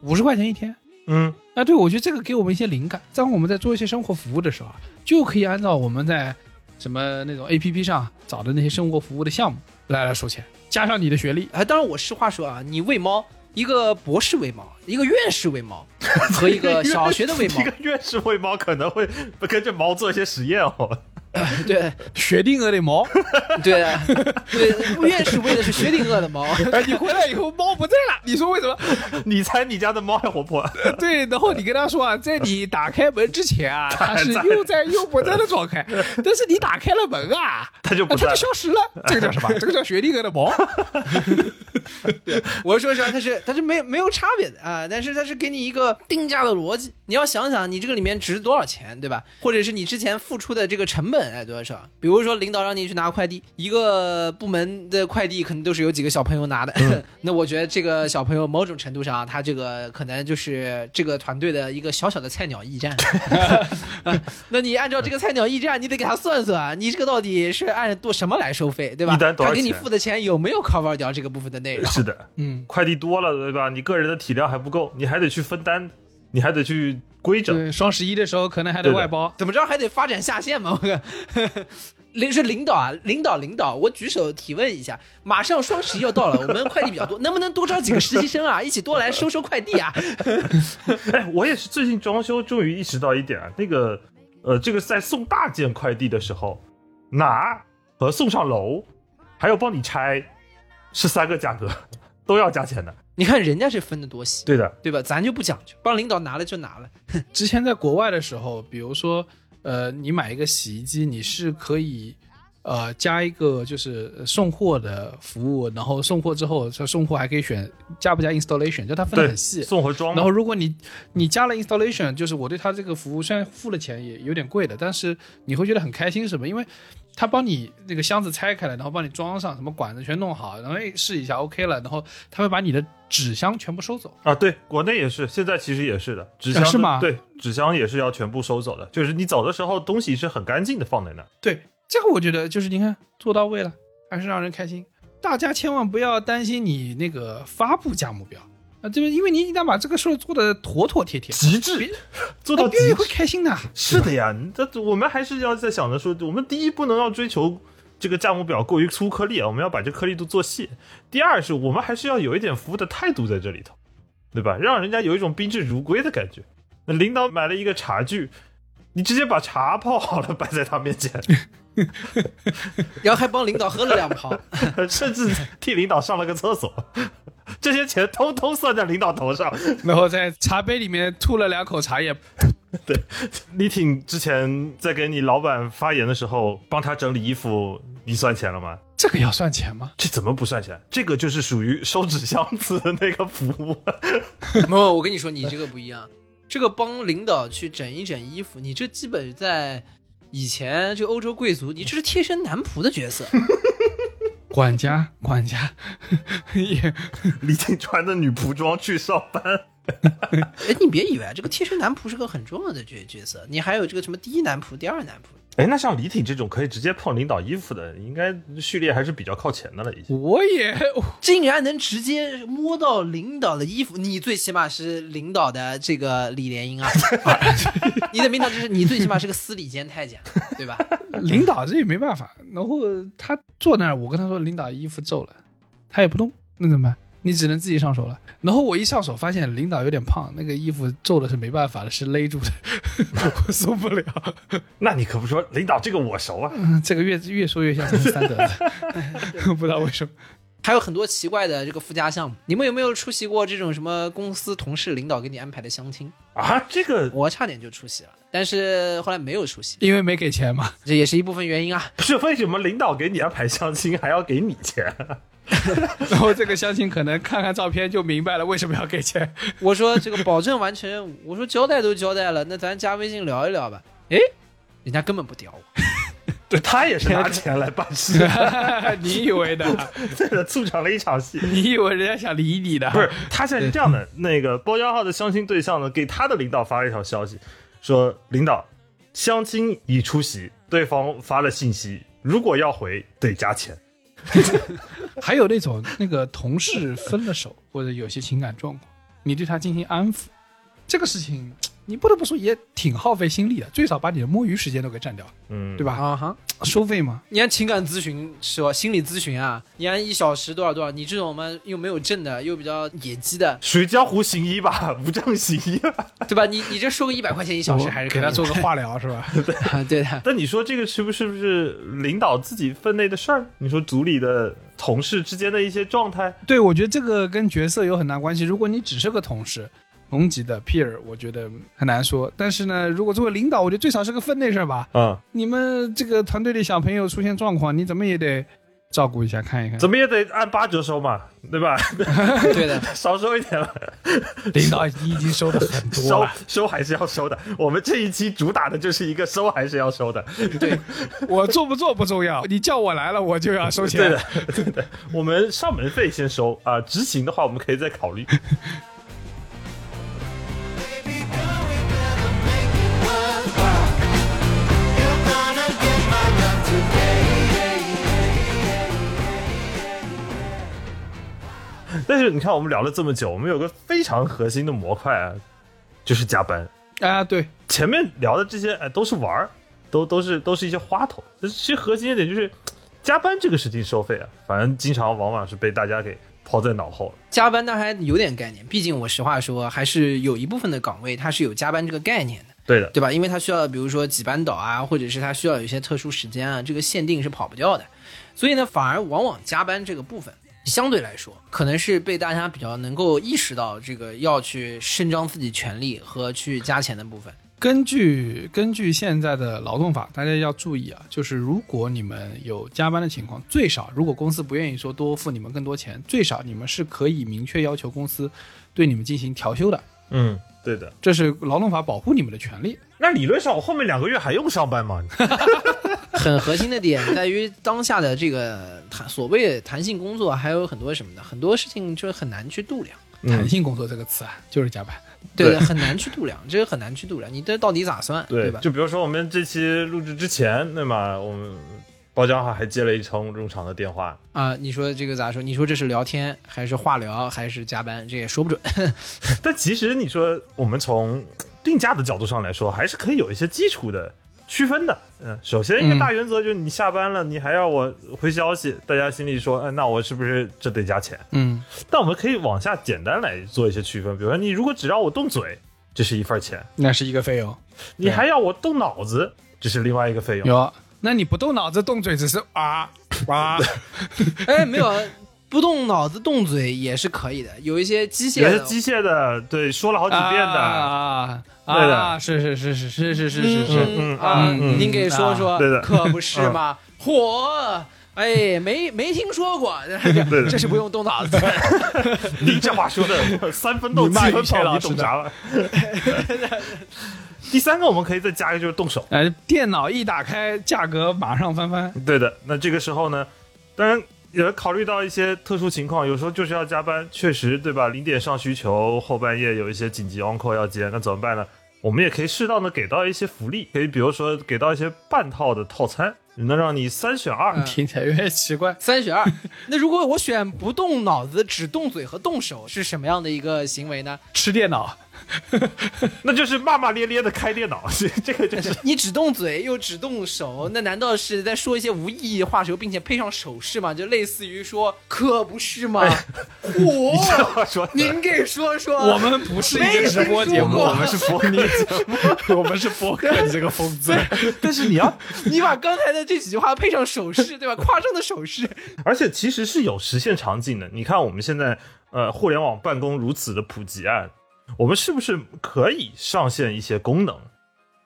五十块钱一天。
嗯，
啊，对，我觉得这个给我们一些灵感，在我们在做一些生活服务的时候啊，就可以按照我们在什么那种 A P P 上找的那些生活服务的项目来来收钱，加上你的学历，
啊，当然我实话说啊，你喂猫，一个博士喂猫，一个院士喂猫，和一个小学的喂猫
一，个院士喂猫可能会跟着猫做一些实验哦。
对
学定额的毛，
对啊对，院士喂的是薛定谔的猫，
哎，你回来以后猫不在了，你说为什么？
你猜你家的猫还活泼？
对，然后你跟他说啊，在你打开门之前啊，它是又在又不在的状 态，但是你打开了门啊，
它就不
它
在
就消失了。这个叫 什么？这个叫学历哥的毛。
我说实话，它是它是没有没有差别的啊，但是它是给你一个定价的逻辑，你要想想你这个里面值多少钱，对吧？或者是你之前付出的这个成本哎多少？比如说领导让你去拿快递，一个部门的快递可能都是有几个小朋友拿的，
嗯
那我觉得这个小朋友某种程度上他这个可能就是这个团队的一个小小的菜鸟驿站。 啊那你按照这个菜鸟驿站，你得给他算算啊，你这个到底是按多什么来收费，对吧？
一单多少
他给你
钱
付的钱有没有 cover 掉这个部分的内容？
是的，
嗯，
快递多了对吧？你个人的体量还不够，你还得去分担，你还得去规整。
对，双十一的时候可能还
对
得
的
外包。
怎么着还得发展下线嘛？我 领是领导啊，领导领导，我举手提问一下，马上双十一要到了，我们快递比较多，能不能多招几个实习生啊？一起多来收收快递啊？
哎， 我也是最近装修，终于意识到一点啊，那个呃，这个在送大件快递的时候，拿和送上楼，还有帮你拆，是三个价格， 都要加钱的。
你看人家是分的多细，
对的，
对吧？咱就不讲究，帮领导拿了就拿了。
之前在国外的时候，比如说，呃，你买一个洗衣机，你是可以，呃，加一个就是呃送货的服务，然后送货之后，它送货还可以选加不加 installation，就它分得
对，
很细。
送和装嘛。
然后如果你你加了 installation，就是我对它这个服务虽然付了钱也有点贵的，但是你会觉得很开心，什么？因为它帮你那个箱子拆开了，然后帮你装上，什么管子全弄好，然后哎试一下 OK 了，然后它会把你的纸箱全部收走。
啊，对，国内也是，现在其实也是的，纸
啊
箱的、
是吗
对，纸箱也是要全部收走的，就是你走的时候东西是很干净的放在那儿。
对，这个我觉得就是你看做到位了，还是让人开心。大家千万不要担心你那个发布价目标啊，对吧？因为你一旦把这个事儿做的妥妥帖帖，
极致，做到
那
极
别人也会
致。
开心 的。
是的呀，你这我们还是要在想着说，我们第一不能要追求这个价目表过于粗颗粒啊，我们要把这颗粒度做细。第二是我们还是要有一点服务的态度在这里头，对吧？让人家有一种宾至如归的感觉。那领导买了一个茶具，你直接把茶泡好了摆在他面前，
然后还帮领导喝了两泡，
甚至替领导上了个厕所，这些钱通通算在领导头上。
然后在茶杯里面吐了两口茶叶，
对，李挺之前在给你老板发言的时候，帮他整理衣服，你算钱了吗？
这个要算钱吗？
这怎么不算钱？这个就是属于收纸箱子的那个服 务。
没有，我跟你说，你这个不一样，这个帮领导去整一整衣服，你这基本在以前这欧洲贵族，你这是贴身男仆的角色。
管家，管家，也
李挺穿的女仆装去上班，
哎，你别以为啊，这个贴身男仆是个很重要的角角色，你还有这个什么第一男仆、第二男仆，
哎，那像李挺这种可以直接碰领导衣服的，应该序列还是比较靠前的了，已经。
我也
竟然能直接摸到领导的衣服，你最起码是领导的这个李莲英啊，你的名堂就是你最起码是个司礼监太监，对吧？
领导这也没办法。然后他坐那儿，我跟他说领导衣服皱了，他也不动，那怎么办？你只能自己上手了。然后我一上手，发现领导有点胖，那个衣服皱的是没办法的，是勒住的， 我受不了。
那你可不说，领导这个我熟啊。
嗯这个越越说越像是三德 的，不知道为什么。
还有很多奇怪的这个附加项目，你们有没有出席过这种什么公司同事领导给你安排的相亲？
啊，这个
我差点就出席了，但是后来没有出席，
因为没给钱嘛，
这也是一部分原因啊。
不是为什么领导给你安排相亲还要给你钱？
然后这个相亲可能看看照片就明白了为什么要给钱。
我说这个保证完成， 我说交代都交代了，那咱加微信聊一聊吧。诶，人家根本不屌我，
对 他也是拿钱来办事 的，
你以为的？啊
为了促成了一场戏。
你以为人家想理你的？啊
不是，他现在是这样的，那个包幺号的相亲对象呢，给他的领导发了一条消息，说领导相亲已出席，对方发了信息，如果要回得加钱。
还有那种那个同事分了手，或者有些情感状况，你对他进行安抚，这个事情你不得不说也挺耗费心力的，啊最少把你的摸鱼时间都给占掉了，
嗯，
对吧？
啊哈。
收费 嘛，
你按情感咨询是吧？心理咨询啊，你按一小时多少多少？你这种嘛又没有证的，又比较野鸡 的，
属于江湖行医吧，无证行医 吧。
对吧？你你这收个一百块钱一小时还是可
给
以的
他做个化疗是吧？
哦 对的。
但你说这个是不是不是领导自己分内的事儿？你说组里的同事之间的一些状态，
对，我觉得这个跟角色有很大关系。如果你只是个同事。同级的 peer，我觉得很难说。但是呢，如果作为领导，我觉得最少是个分内事儿吧。
嗯，
你们这个团队里小朋友出现状况，你怎么也得照顾一下，看一看。
怎么也得按八折收嘛，对吧？
对的，
少收一点 吧，
领导已经收的很多
收
了，
收还是要收的。我们这一期主打的就是一个收还是要收的。
我做不做不重要，你叫我来了，我就要收钱。
对的，对的，我们上门费先收啊、执行的话我们可以再考虑。但是你看，我们聊了这么久，我们有个非常核心的模块啊，就是加班。
啊，对，
前面聊的这些，哎，都是玩儿，都都是都是一些花头。但是其实核心一点就是，加班这个事情收费啊，反正经常往往是被大家给抛在脑后了。
加班那还有点概念，毕竟我实话说，还是有一部分的岗位它是有加班这个概念的，
对的，
对吧？因为它需要比如说几班倒啊，或者是它需要有一些特殊时间啊，这个限定是跑不掉的。所以呢，反而往往加班这个部分相对来说，可能是被大家比较能够意识到这个要去伸张自己权利和去加钱的部分。
根据根据现在的劳动法，大家要注意啊，就是如果你们有加班的情况，最少如果公司不愿意说多付你们更多钱，最少你们是可以明确要求公司对你们进行调休的，
嗯，对的。
这是劳动法保护你们的权利。
那理论上我后面两个月还用上班吗？
很核心的点在于当下的这个弹所谓的弹性工作，还有很多什么的，很多事情就是很难去度量。
嗯
弹性工作这个词啊，就是加班。
对
对
的，很难去度量，这个很难去度量，你这到底咋算，
对
吧？
就比如说我们这期录制之前，对吗？我们包江浩还接了一通入场的电话，
啊、你说这个咋说？你说这是聊天还是化疗还是加班？这也说不准。
但其实你说我们从定价的角度上来说，还是可以有一些基础的区分的。嗯，首先一个大原则就是你下班了，你还要我回消息，大家心里说，哎，那我是不是这得加钱？
嗯，
但我们可以往下简单来做一些区分，比如说你如果只让我动嘴，这是一份钱；
那是一个费用。
你还要我动脑子，这是另外一个费用。
有，那你不动脑子动嘴，只是啊啊，
哎，没有，不动脑子动嘴也是可以的，有一些机械
有
的
些机械的，对，说了好几遍的，
啊啊
对的
啊！是是是是是是是是是，
嗯
嗯
啊，
嗯
您给说说，
嗯对的
可不是嘛？火，哎，没没听说 过，这这是不用动脑子的。
你这话说的 三分动
你
七
骂
分
于谦
跑，
老
你
师
懂
的
啥了？ 第三个我们可以再加一个就是动手，
呃，电脑一打开，价格马上翻番。
对的。那这个时候呢，当然也考虑到一些特殊情况，有时候就是要加班，确实对吧？零点上需求，后半夜有一些紧急 on call 要接，那怎么办呢？我们也可以适当的给到一些福利，可以比如说给到一些半套的套餐，能让你三选二。
听起来有点奇怪。
三选二。那如果我选不动脑子，只动嘴和动手，是什么样的一个行为呢？
吃电脑，
那就是骂骂咧咧的开电脑， 这这个就是
你只动嘴又只动手，那难道是在说一些无意义的话时候，并且配上手势吗？就类似于说“可不是
哎
吗？”我、
话说的。
您给说说，
我们不是一个直播节目，我们是播客节目，我们是播客，你这个疯子。
但是你要，
你把刚才的这几句话配上手势， 对吧？夸张的手势，
而且其实是有实现场景的。你看我们现在呃，互联网办公如此的普及啊，我们是不是可以上线一些功能，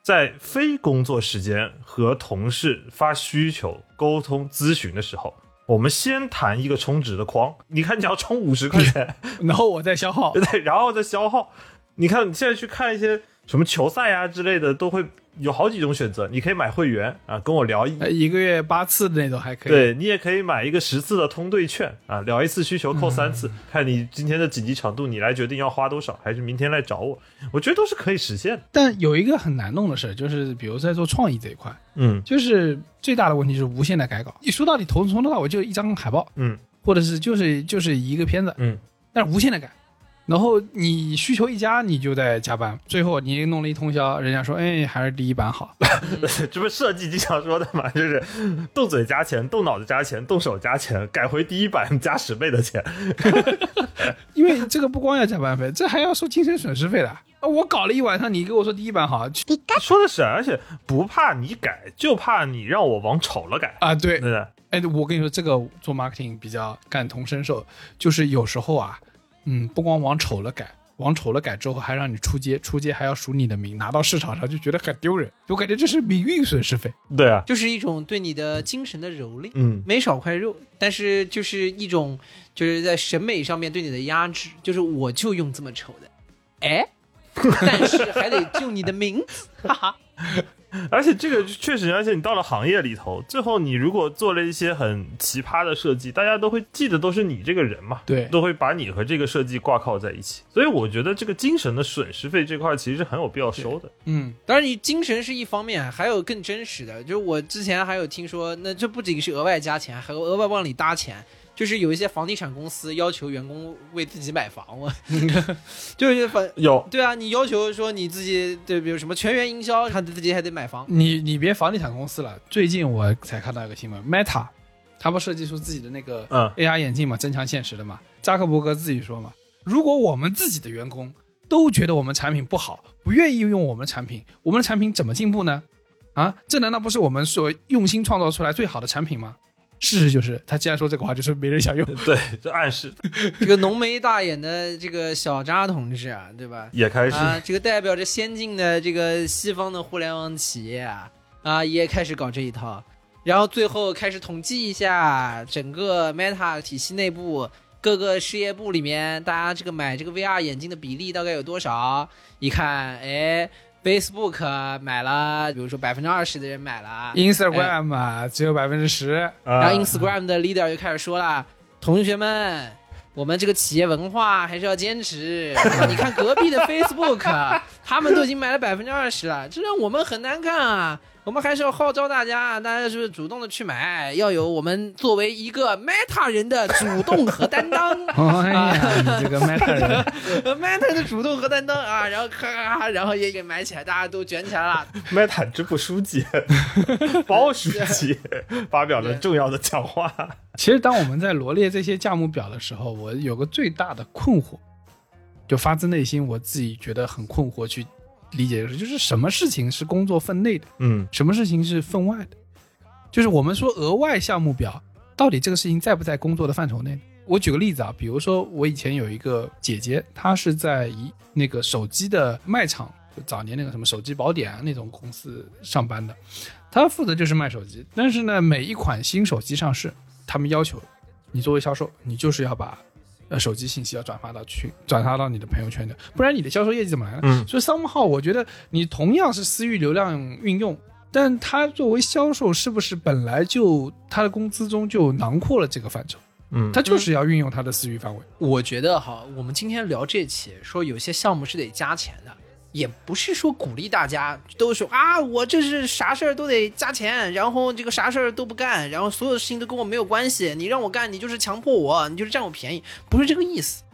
在非工作时间和同事发需求、沟通、咨询的时候，我们先谈一个充值的框？你看，你要充五十块钱，
然后我在消耗，
对，然后再消耗。你看，你现在去看一些什么球赛啊之类的，都会有好几种选择。你可以买会员啊，跟我聊一
呃一个月八次的那种还可以。，
对你也可以买一个十次的通兑券啊，聊一次需求扣三次，看你今天的紧急程度，你来决定要花多少，还是明天来找我，我觉得都是可以实现的。
但有一个很难弄的事，就是比如在做创意这一块，
嗯
就是最大的问题是无限的改稿。你说到底，从从头到尾就一张海报，
嗯
或者是就是就是一个片子，
嗯，
但是无限的改。然后你需求一加，你就在加班，最后你弄了一通宵，人家说，哎，还是第一版好。
这不是设计经常说的嘛，就是动嘴加钱，动脑子加钱，动手加钱，改回第一版加十倍的钱。
因为这个不光要加班费，这还要收精神损失费的。啊我搞了一晚上，你给我说第一版好
说的是，而且不怕你改，就怕你让我往丑了改，
啊？对
对，不对？
哎，我跟你说，这个做 marketing 比较感同身受，就是有时候啊，嗯，不光往丑了改，往丑了改之后还让你出街，出街还要署你的名，拿到市场上就觉得很丢人，我感觉这是名誉损失费。
对啊，
就是一种对你的精神的蹂躏。
嗯，
没少块肉，但是就是一种就是在审美上面对你的压制，就是我就用这么丑的，哎，但是还得就你的名字，哈哈，
而且这个确实，而且你到了行业里头，最后你如果做了一些很奇葩的设计，大家都会记得都是你这个人嘛，
对
都会把你和这个设计挂靠在一起。所以我觉得这个精神的损失费这块其实是很有必要收的。
嗯，
当然，你精神是一方面，还有更真实的。就是我之前还有听说，那这不仅是额外加钱，还有额外往里搭钱。就是有一些房地产公司要求员工为自己买房，我就是反
有，
对啊，你要求说你自己对，比如什么全员营销，他自己还得买房。
你你别房地产公司了，最近我才看到一个新闻，Meta，他不设计出自己的那个
嗯
AR 眼镜嘛，增强现实的嘛，扎克伯格自己说嘛，如果我们自己的员工都觉得我们产品不好，不愿意用我们产品，我们的产品怎么进步呢？啊，这难道不是我们所用心创造出来最好的产品吗？事实就是，他既然说这个话，就是没人想用。
对，这暗示
这个浓眉大眼的这个小扎同志啊，对吧？
也开始。
啊，这个代表着先进的这个西方的互联网企业啊，啊，也开始搞这一套，然后最后开始统计一下整个 Meta 体系内部各个事业部里面，大家这个买这个 VR 眼镜的比例大概有多少？一看，哎，Facebook 买了，比如说百分之二十的人买 了，啊
Instagram 啊，只有百分之十，
啊
然后 Instagram 的 leader 就开始说了：“同学们，我们这个企业文化还是要坚持。你看隔壁的 Facebook，他们都已经买了百分之二十了，这让我们很难看啊。我们还是要号召大家，大家是主动的去买，要有我们作为一个 Meta 人的主动和担当。”
哎呀，你这个 Meta 人，
Meta 的主动和担当啊，然后咔咔咔，然后也给买起来，大家都卷起来了。
Meta 支部书记包书记发表了重要的讲话。
其实当我们在罗列这些价目表的时候，我有个最大的困惑，就发自内心我自己觉得很困惑去理解的是，就是什么事情是工作分内的，
嗯，
什么事情是分外的，就是我们说额外项目表，到底这个事情在不在工作的范畴内？我举个例子啊，比如说我以前有一个姐姐，她是在一那个手机的卖场，就早年那个什么手机宝典啊那种公司上班的，她负责就是卖手机。但是呢，每一款新手机上市，他们要求你作为销售，你就是要把呃手机信息要转发到群，转发到你的朋友圈的，不然你的销售业绩怎么来呢？
嗯
所以 somehow 我觉得你同样是私域流量运用，但他作为销售，是不是本来就他的工资中就囊括了这个范畴？
嗯
他就是要运用他的私域范围。
我觉得哈，我们今天聊这期，说有些项目是得加钱的，也不是说鼓励大家都说啊，我这是啥事儿都得加钱，然后这个啥事儿都不干，然后所有的事情都跟我没有关系，你让我干，你就是强迫我，你就是占我便宜，不是这个意思。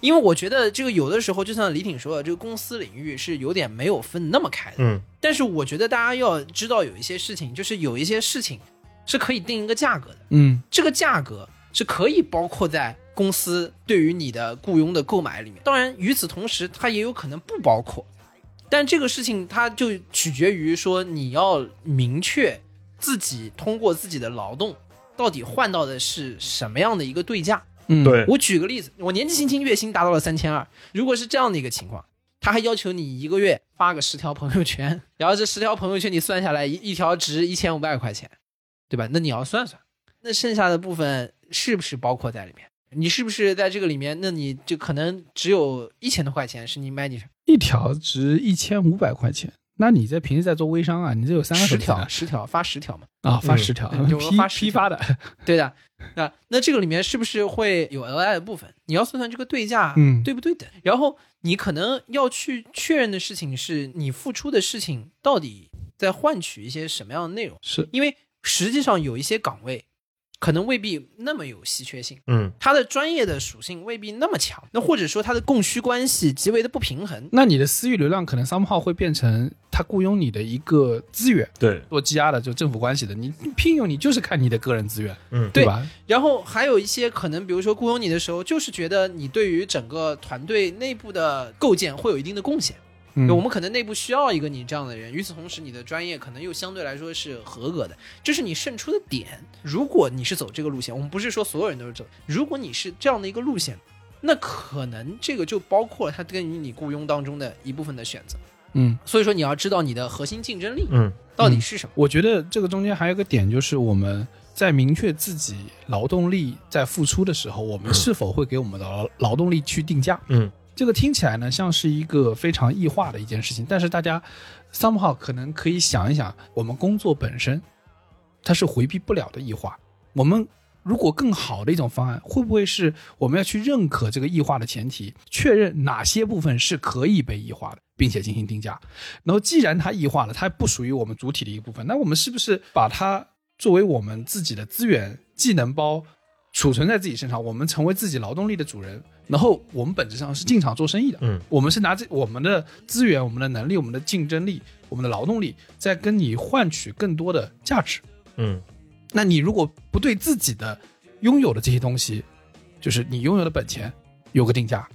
因为我觉得这个有的时候，就像李挺说的，这个公司领域是有点没有分那么开的。
嗯
但是我觉得大家要知道有一些事情，就是有一些事情是可以定一个价格的。
嗯
这个价格是可以包括在公司对于你的雇佣的购买里面。当然，与此同时，它也有可能不包括。但这个事情它就取决于说你要明确自己通过自己的劳动到底换到的是什么样的一个对价。
嗯，
对
我举个例子，我年纪轻轻月薪达到了三千二，如果是这样的一个情况，他还要求你一个月发个十条朋友圈，然后这十条朋友圈你算下来一一条值一千五百块钱，对吧？那你要算算，那剩下的部分是不是包括在里面？你是不是在这个里面？那你就可能只有一千多块钱是你买你
一条值一千五百块钱，那你这平时在做微商啊？你这有三个
十
手机呢
条，十条发十条嘛？
啊，发
嗯
十条，
有人
批
发十
批
条
发的，
对的，那那这个里面是不是会有额外的部分？你要算算这个对价，
嗯
对不对等？然后你可能要去确认的事情是你付出的事情到底在换取一些什么样的内容，
是
因为实际上有一些岗位可能未必那么有稀缺性，
嗯
它的专业的属性未必那么强，那或者说它的供需关系极为的不平衡，
那你的私域流量可能 somehow 会变成他雇佣你的一个资源，
对，
做 GR 的就政府关系的，你聘用你就是看你的个人资源，
嗯
对
对
吧？
然后还有一些可能，比如说雇佣你的时候，就是觉得你对于整个团队内部的构建会有一定的贡献。
嗯
就我们可能内部需要一个你这样的人，与此同时，你的专业可能又相对来说是合格的，这是你胜出的点。如果你是走这个路线，我们不是说所有人都是走，如果你是这样的一个路线，那可能这个就包括它对于你雇佣当中的一部分的选择。
嗯，
所以说，你要知道你的核心竞争力
嗯
到底是什么。
我觉得这个中间还有一个点，就是我们在明确自己劳动力在付出的时候，我们是否会给我们的
嗯
劳劳动力去定价？
嗯，
这个听起来呢像是一个非常异化的一件事情，但是大家 somehow 可能可以想一想，我们工作本身它是回避不了的异化。我们如果更好的一种方案，会不会是我们要去认可这个异化的前提，确认哪些部分是可以被异化的，并且进行定价？然后既然它异化了，它不属于我们主体的一部分，那我们是不是把它作为我们自己的资源、技能包储存在自己身上？我们成为自己劳动力的主人，然后我们本质上是进厂做生意的。
嗯，
我们是拿这我们的资源、我们的能力、我们的竞争力、我们的劳动力，在跟你换取更多的价值。
嗯
那你如果不对自己的拥有的这些东西，就是你拥有的本钱有个定价，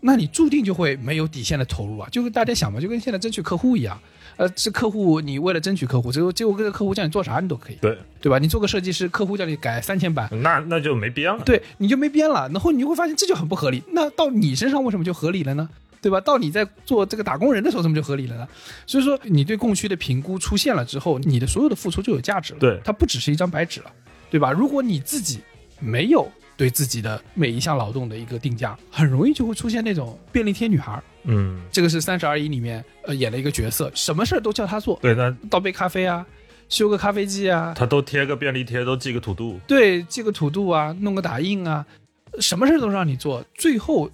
那你注定就会没有底线的投入啊！就跟大家想嘛，就跟现在争取客户一样，呃，这客户你为了争取客户，结果结果这个客户叫你做啥你都可以，
对，
对吧？你做个设计师，客户叫你改三千版。
那那就没必要了。
对，你就没编了，然后你就会发现这就很不合理。那到你身上为什么就合理了呢？对吧？到你在做这个打工人的时候，怎么就合理了呢？所以说，你对供需的评估出现了之后，你的所有的付出就有价值了。
对
它不只是一张白纸了，对吧？如果你自己没有对自己的每一项劳动的一个定价，很容易就会出现那种便利贴女孩儿。
嗯，
这个是《三十而已》里面呃演了一个角色，什么事儿都叫她做，
对，那
倒杯咖啡啊，修个咖啡机啊，
他都贴个便利贴，都寄个土度。
对，这个土度啊，弄个打印啊，什么事儿都让你做。最后，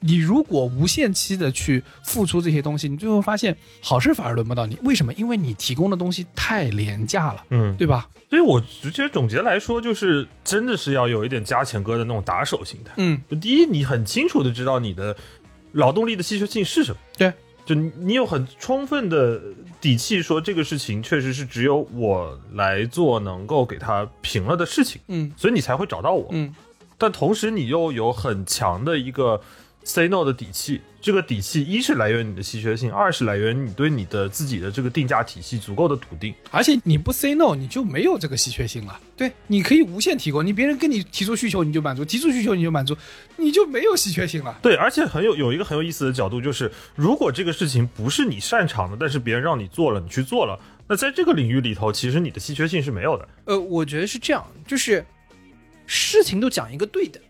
你如果无限期的去付出这些东西，你最后发现好事反而轮不到你。为什么？因为你提供的东西太廉价了，
嗯，
对吧？
所以我直接总结来说，就是真的是要有一点加钱哥的那种打手心态。
嗯，
就第一，你很清楚的知道你的劳动力的稀缺性是什么，
对，
就你你有很充分的底气说这个事情确实是只有我来做能够给它平了的事情，
嗯
所以你才会找到我。
嗯，
但同时你又有很强的一个 say no 的底气，这个底气一是来源于你的稀缺性，二是来源于你对你的自己的这个定价体系足够的笃定。
而且你不 say no，你就没有这个稀缺性了。对，你可以无限提供，你别人跟你提出需求你就满足，提出需求你就满足，你就没有稀缺性了。
对，而且很有有一个很有意思的角度，就是如果这个事情不是你擅长的，但是别人让你做了，你去做了，那在这个领域里头，其实你的稀缺性是没有的。
呃，我觉得是这样，就是事情都讲一个对等，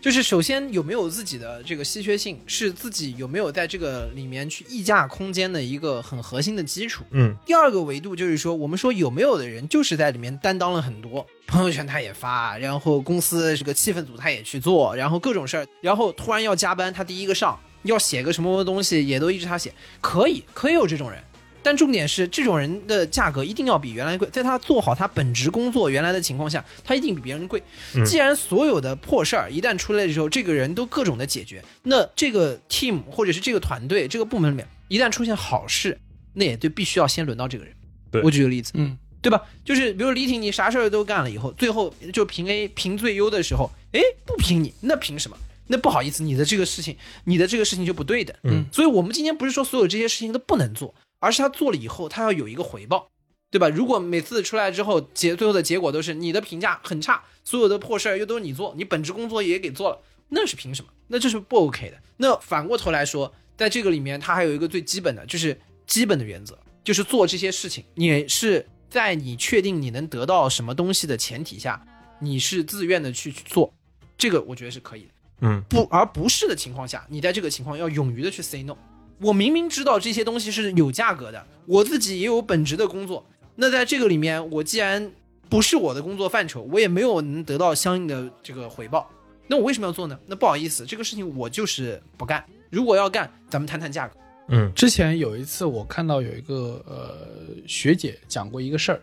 就是首先有没有自己的这个稀缺性，是自己有没有在这个里面去溢价空间的一个很核心的基础。
嗯，
第二个维度就是说，我们说有没有的人就是在里面担当了很多，朋友圈他也发，然后公司这个气氛组他也去做，然后各种事儿，然后突然要加班，他第一个上，要写个什么东西也都一直他写，可以，可以有这种人。但重点是，这种人的价格一定要比原来贵，在他做好他本职工作原来的情况下，他一定比别人贵。既然所有的破事儿一旦出来的时候，这个人都各种的解决，那这个 team 或者是这个团队、这个部门里面，一旦出现好事，那也就必须要先轮到这个人。
对
我举个例子，
嗯，
对吧？就是比如李挺，你啥事儿都干了以后，最后就评 A 评最优的时候，哎，不评你，那凭什么？那不好意思，你的这个事情，你的这个事情就不对的。
嗯，
所以我们今天不是说所有这些事情都不能做，而是他做了以后，他要有一个回报，对吧？如果每次出来之后结最后的结果都是你的评价很差，所有的破事儿又都是你做，你本职工作也给做了，那是凭什么？那这是不 OK 的。那反过头来说，在这个里面，它还有一个最基本的，就是基本的原则，就是做这些事情，你是在你确定你能得到什么东西的前提下，你是自愿的去去做，这个我觉得是可以的。
嗯，
不而不是的情况下，你在这个情况要勇于的去 say no。我明明知道这些东西是有价格的，我自己也有本职的工作。那在这个里面，我既然不是我的工作范畴，我也没有能得到相应的这个回报，那我为什么要做呢？那不好意思，这个事情我就是不干。如果要干，咱们谈谈价格。
嗯
之前有一次，我看到有一个呃学姐讲过一个事儿，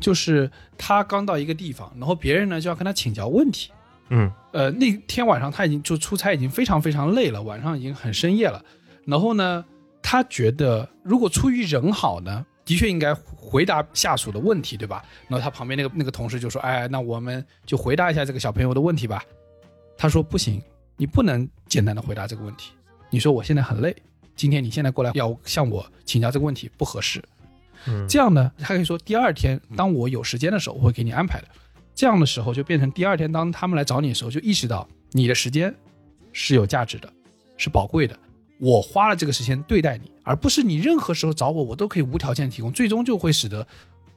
就是她刚到一个地方，然后别人呢就要跟她请教问题。
嗯
呃，那天晚上她已经就出差，已经非常非常累了，晚上已经很深夜了。然后呢，她觉得如果出于人好呢，的确应该回答下属的问题，对吧？然后她旁边那个那个同事就说：“哎，那我们就回答一下这个小朋友的问题吧。”她说：“不行，你不能简单的回答这个问题。你说我现在很累，今天你现在过来要向我请教这个问题不合适。
嗯
这样呢，他可以说第二天当我有时间的时候，我会给你安排的。这样的时候就变成第二天当他们来找你的时候，就意识到你的时间是有价值的，是宝贵的。我花了这个时间对待你，而不是你任何时候找我，我都可以无条件提供，最终就会使得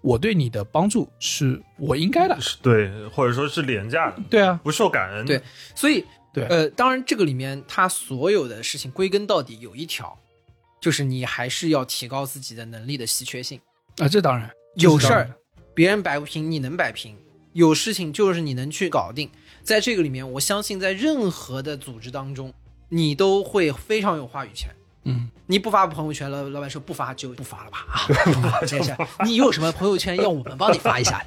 我对你的帮助是我应该的。
是对，或者说是廉价的，
对啊，
不受感恩。
对，所以
对啊
呃，当然这个里面它所有的事情归根到底有一条，就是你还是要提高自己的能力的稀缺性。
啊，这当然
有事，
这是当然
儿
的
别人摆不平，你能摆平；有事情就是你能去搞定。在这个里面，我相信在任何的组织当中，你都会非常有话语权。
嗯，
你不发朋友圈了，老板说不发就不发了吧啊，不发这是你有什么朋友圈要我们帮你发一下？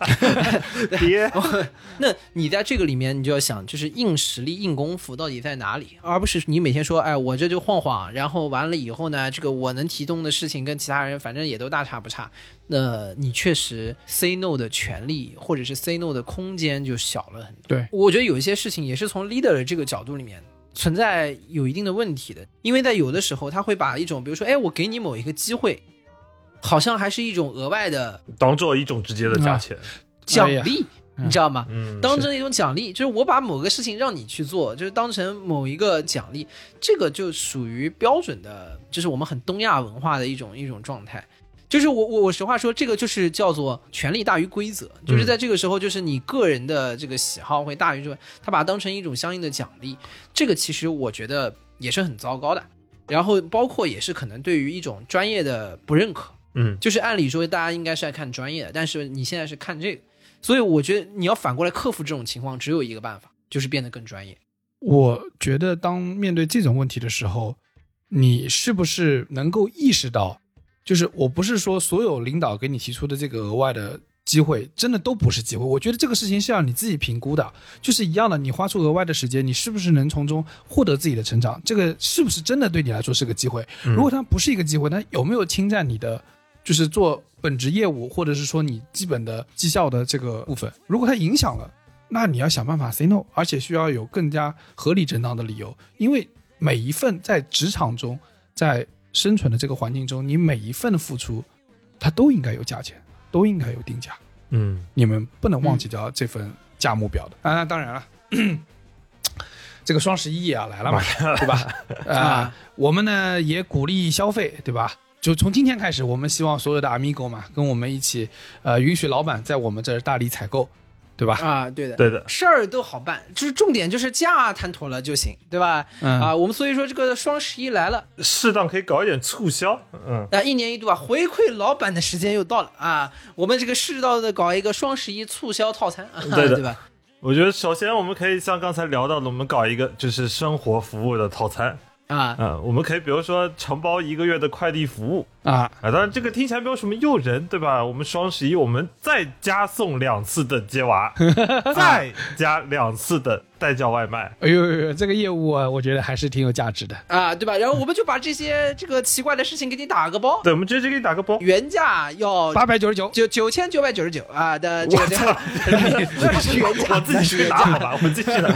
爹，
那你在这个里面，你就要想，就是硬实力、硬功夫到底在哪里，而不是你每天说，哎，我这就晃晃，然后完了以后呢，这个我能提动的事情跟其他人反正也都大差不差。那你确实 say no 的权利或者是 say no 的空间就小了很多。
对
我觉得有一些事情也是从 leader 的这个角度里面存在有一定的问题的，因为在有的时候他会把一种，比如说，哎，我给你某一个机会，好像还是一种额外的
当做一种直接的价钱。
奖
哎呀
励，
嗯
你知道吗？
嗯，
嗯当成一种奖励，就是我把某个事情让你去做，就是当成某一个奖励，这个就属于标准的，就是我们很东亚文化的一种一种状态。就是我我我实话说，这个就是叫做权力大于规则，就是在这个时候，就是你个人的这个喜好会大于这个，他把它当成一种相应的奖励，这个其实我觉得也是很糟糕的。然后包括也是可能对于一种专业的不认可，
嗯
就是按理说大家应该是来看专业的，但是你现在是看这个，所以我觉得你要反过来克服这种情况，只有一个办法，就是变得更专业。
我觉得当面对这种问题的时候，你是不是能够意识到，就是我不是说所有领导给你提出的这个额外的机会，真的都不是机会。我觉得这个事情是要你自己评估的，就是一样的，你花出额外的时间，你是不是能从中获得自己的成长？这个是不是真的对你来说是个机会？如果它不是一个机会，那有没有侵占你的？就是做本职业务，或者是说你基本的绩效的这个部分，如果它影响了，那你要想办法 say no，而且需要有更加合理正当的理由，因为每一份在职场中，在生存的这个环境中，你每一份的付出，它都应该有价钱，都应该有定价，
嗯
你们不能忘记掉这份价目表的。啊，那当然了。 这个双十一也要来了嘛，对 吧？啊、我们呢也鼓励消费，对吧？就从今天开始，我们希望所有的 Amigo 嘛，跟我们一起，呃，允许老板在我们这儿大力采购，对吧？
啊，对的，
对的
事儿都好办，就是重点就是价谈妥了就行，对吧？
嗯
啊，我们所以说这个双十一来了，
适当可以搞一点促销，嗯，
啊，一年一度啊，回馈老板的时间又到了啊，我们这个适当的搞一个双十一促销套餐，啊、
对的
吧？
我觉得首先我们可以像刚才聊到的，我们搞一个就是生活服务的套餐，
啊，
嗯，我们可以比如说承包一个月的快递服务
啊，
啊，当然这个听起来没有什么诱人，对吧？我们双十一我们再加送两次的接娃， 再加两次的代叫外卖，
哎呦呦呦，这个业务啊，我觉得还是挺有价值的。
啊，对吧？然后我们就把这些这个奇怪的事情给你打个包，
对，我们直接给你打个包。
原价要
八百九十九，
九九千九百九十九啊的这个这个，那是原价，
我自己去拿好吧，我自己去拿。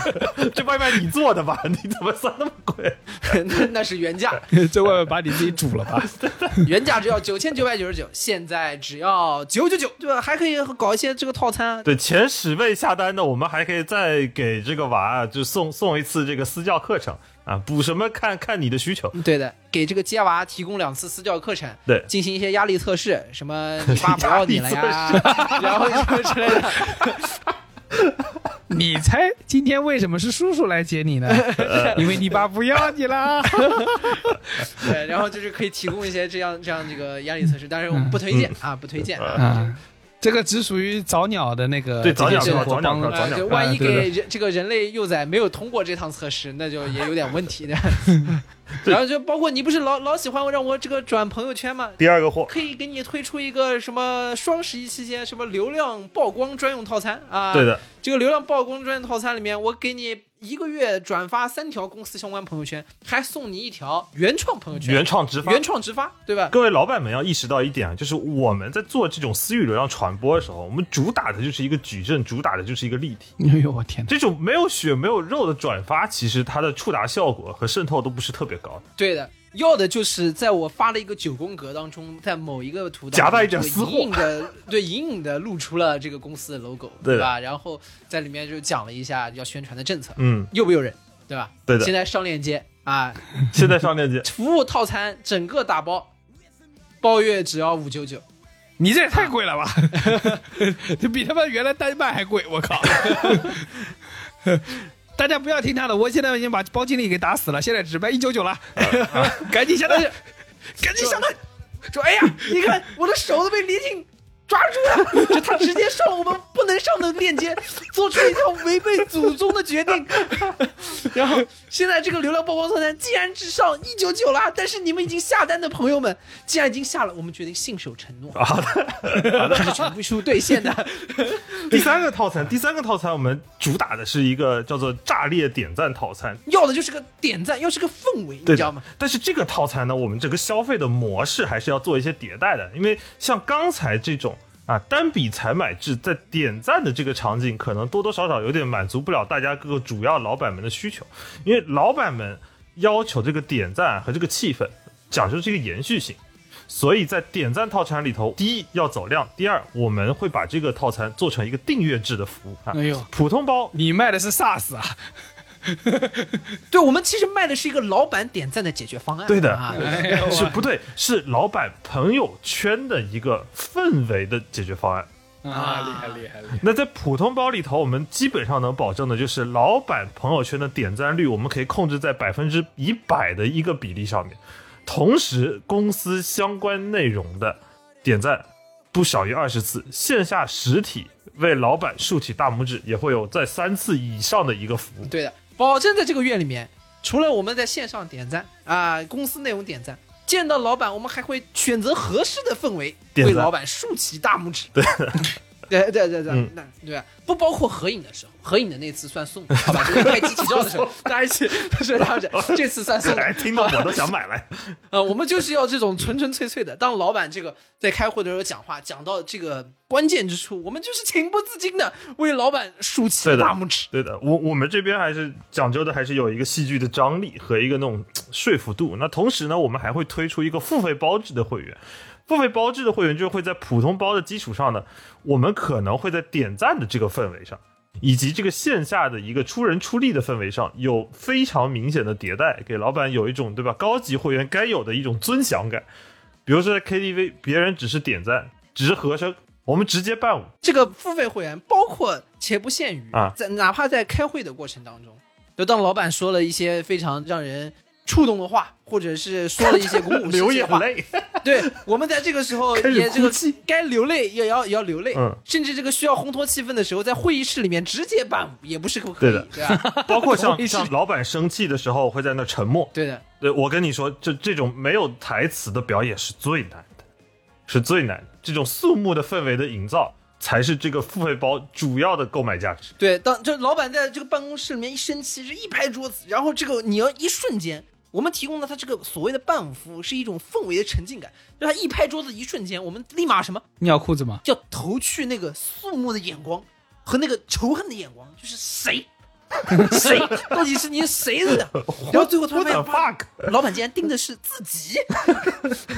这外卖你做的吧？你怎么算那么贵？
那 那是原价，
这外面把你自己煮了吧？
原价只要九千九百九十九，现在只要九九九，对吧？还可以搞一些这个套餐，啊
对，前十位下单的，我们还可以再给这个娃啊就送送一次这个私教课程啊，补什么看看你的需求。
嗯对的，给这个接娃提供两次私教课程，
对
进行一些压力测试，什么你爸不要你了呀，然后什么之类的，
你猜今天为什么是叔叔来接 你呢？因为你爸不要你了。
对，然后就是可以提供一些这样这样这个压力测试，但是我们不推荐啊，不推荐啊。
啊，这个只属于早鸟的那个
对早鸟
这个
票
生活
早鸟
帮
票早
呃，
鸟
就
票
万一
啊对的
给人这个人类幼崽没有通过这趟测试，那就也有点问题的。 然后就包括你不是老老喜欢让我这个转朋友圈吗？
第二个 货，
可以给你推出一个什么双十一期间什么流量曝光专用套餐啊？
对的，
这个流量曝光专用套餐里面，我给你一个月转发三条公司相关朋友圈，还送你一条原创朋友圈，
原创直发。
原创直发，对吧？
各位老板们要意识到一点啊，就是我们在做这种私域流量传播的时候，我们主打的就是一个矩阵，主打的就是一个立体。
哎呦我天哪！
这种没有血没有肉的转发，其实它的触达效果和渗透都不是特别高，
对的。要的就是在我发了一个九宫格当中，在某一个图当中
夹带一点私货
隐隐的对隐隐的露出了这个公司的 logo，
对的
吧？然后在里面就讲了一下要宣传的政策，
嗯，
诱不诱人，对吧？
对的
现在上链接啊，
现在上链接
服务套餐整个打包，包月只要五九九。
你这也太贵了吧！ 这比他妈原来单卖还贵，我靠！ 大家不要听他的，我现在已经把包经理给打死了，现在只卖一九九了， 赶紧下单，赶紧下单！
说哎呀， 你看我的手都被李挺抓住了，就他直接上了我们不能上的链接，做出一条违背祖宗的决 定。然后现在这个流量曝光套餐既然只上一九九啦，但是你们已经下单的朋友们，既然已经下了，我们决定信守承诺，这是全部是兑现 的。
第三个套餐，第三个套餐我们主打的是一个叫做炸裂点赞套餐，
要的就是个点赞，要是个氛围，你知
对的
道吗？？
但是这个套餐呢，我们整个消费的模式还是要做一些迭代的，因为像刚才这种啊单笔采买制，在呃点赞的这个场景，可能多多少少有点满足不了大家各个主要老板们的需求，因为老板们要求这个点赞和这个气氛，讲究这个延续性。所以在点赞套餐里头，第一要走量，第二我们会把这个套餐做成一个订阅制的服务啊。
哎呦
普通包
你卖的是 SaaS 啊？
对，我们其实卖的是一个老板点赞的解决方案。
对的
啊，
是不对，是老板朋友圈的一个氛围的解决方案。
啊，厉害厉害厉害！
那在普通包里头，我们基本上能保证的就是老板朋友圈的点赞率，我们可以控制在百分之一百的一个比例上面。同时，公司相关内容的点赞不少于二十次，线下实体为老板竖起大拇指也会有在三次以上的一个服务。
对的，保证在这个月里面，除了我们在线上点赞啊、公司内容点赞，见到老板，我们还会选择合适的氛围
点
为
赞
老板竖起大拇指。对。 对对对对
嗯，
那对吧不包括合影的时候，合影的那次算送的， 好吧？就是拍集体照的时 候，大家一起说大家这次算送的
哎，，听到我都想买来。
呃，我们就是要这种纯纯粹粹的。当老板这个在开会的时候讲话，讲到这个关键之处，我们就是情不自禁的为老板竖起
对的
大拇指。
对的，我我们这边还是讲究的，还是有一个戏剧的张力和一个那种嘖说服度。那同时呢，我们还会推出一个付费包制的会员。付费包制的会员就会在普通包的基础上呢，我们可能会在点赞的这个氛围上，以及这个线下的一个出人出力的氛围上，有非常明显的迭代，给老板有一种对吧高级会员该有的一种尊享感。比如说在 KTV，别人只是点赞，只是和声，我们直接伴舞。
这个付费会员包括且不限于
啊
在哪怕在开会的过程当中，就当老板说了一些非常让人触动的话，或者是说了一些鼓 舞士
流
气的
眼
话，
泪，
对我们在这个时候
开始
也这个
哭泣
该流泪也要也要流泪，
嗯
甚至这个需要烘托气氛的时候，在会议室里面直接伴舞也不是不可以，
对
对
的
吧？
包括像像老板生气的时候会在那沉默。
对的，
对，我跟你说，这这种没有台词的表演是最难的，是最难的。这种肃穆的氛围的营造，才是这个付费包主要的购买价值。
对，当这老板在这个办公室里面一生气，是一拍桌子，然后这个你要一瞬间，我们提供了他这个所谓的伴舞服务，是一种氛围的沉浸感，让他一拍桌子，一瞬间，我们立马什么
尿裤子嘛，
要投去那个肃穆的眼光和那个仇恨的眼光，就是谁。谁？到底是您谁的？然后最后突然
What
发
the
现，
fuck？
老板竟然盯的是自己。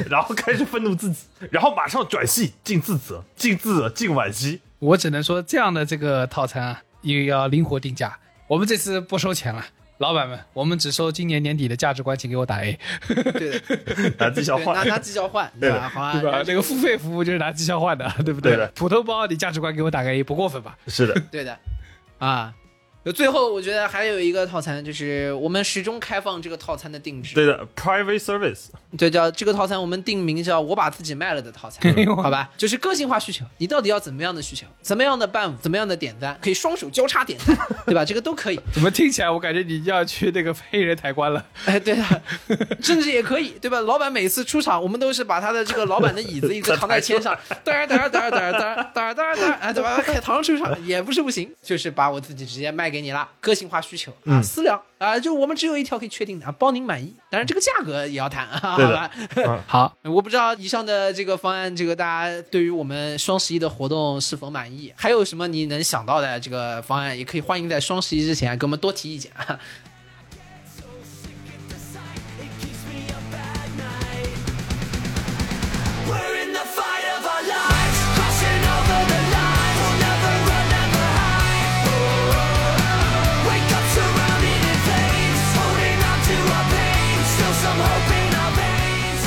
然后开始愤怒自己，然后马上转系，进自责，进自责，进惋惜。
我只能说这样的这个套餐啊，又要灵活定价。我们这次不收钱了，老板们，我们只收今年年底的价值观，请给我打 A，
对的，
拿绩效
对，拿
换，
拿绩效换，对吧？好啊
对，吧？那个付费服务就是拿绩效 换的，对不
对的
普通包你价值观给我打个 A，不过分吧？
是的，
对的，啊。最后，我觉得还有一个套餐，就是我们始终开放这个套餐的定制，
对的，private service，
对，叫这个套餐我们定名叫“我把自己卖了”的套餐，好吧？就是个性化需求，你到底要怎么样的需求，怎么样的伴舞，怎么样的点赞，可以双手交叉点赞，对吧？这个都可以。
怎么听起来我感觉你要去那个黑人抬棺了？
哎，对的，甚至也可以，对吧？老板每次出场，我们都是把他的这个老板的椅子一直扛在肩上，当然，当然，当然，当然，当然，当然，当然，当然，哎，对吧？扛上出场也不是不行，就是把我自己直接卖给你啦，个性化需求啊，私聊啊，就我们只有一条可以确定的，啊，包您满意，当然这个价格也要谈啊，好
对的
吧？
好，
我不知道以上的这个方案，这个大家对于我们双十一的活动是否满意？还有什么你能想到的这个方案，也可以欢迎在双十一之前给我们多提意见。啊。
We're in the fight of our lives, crossing over the line. We'll never run, never hide. Wake up surrounded in flames, holding on to our pain. Still some hope in our veins.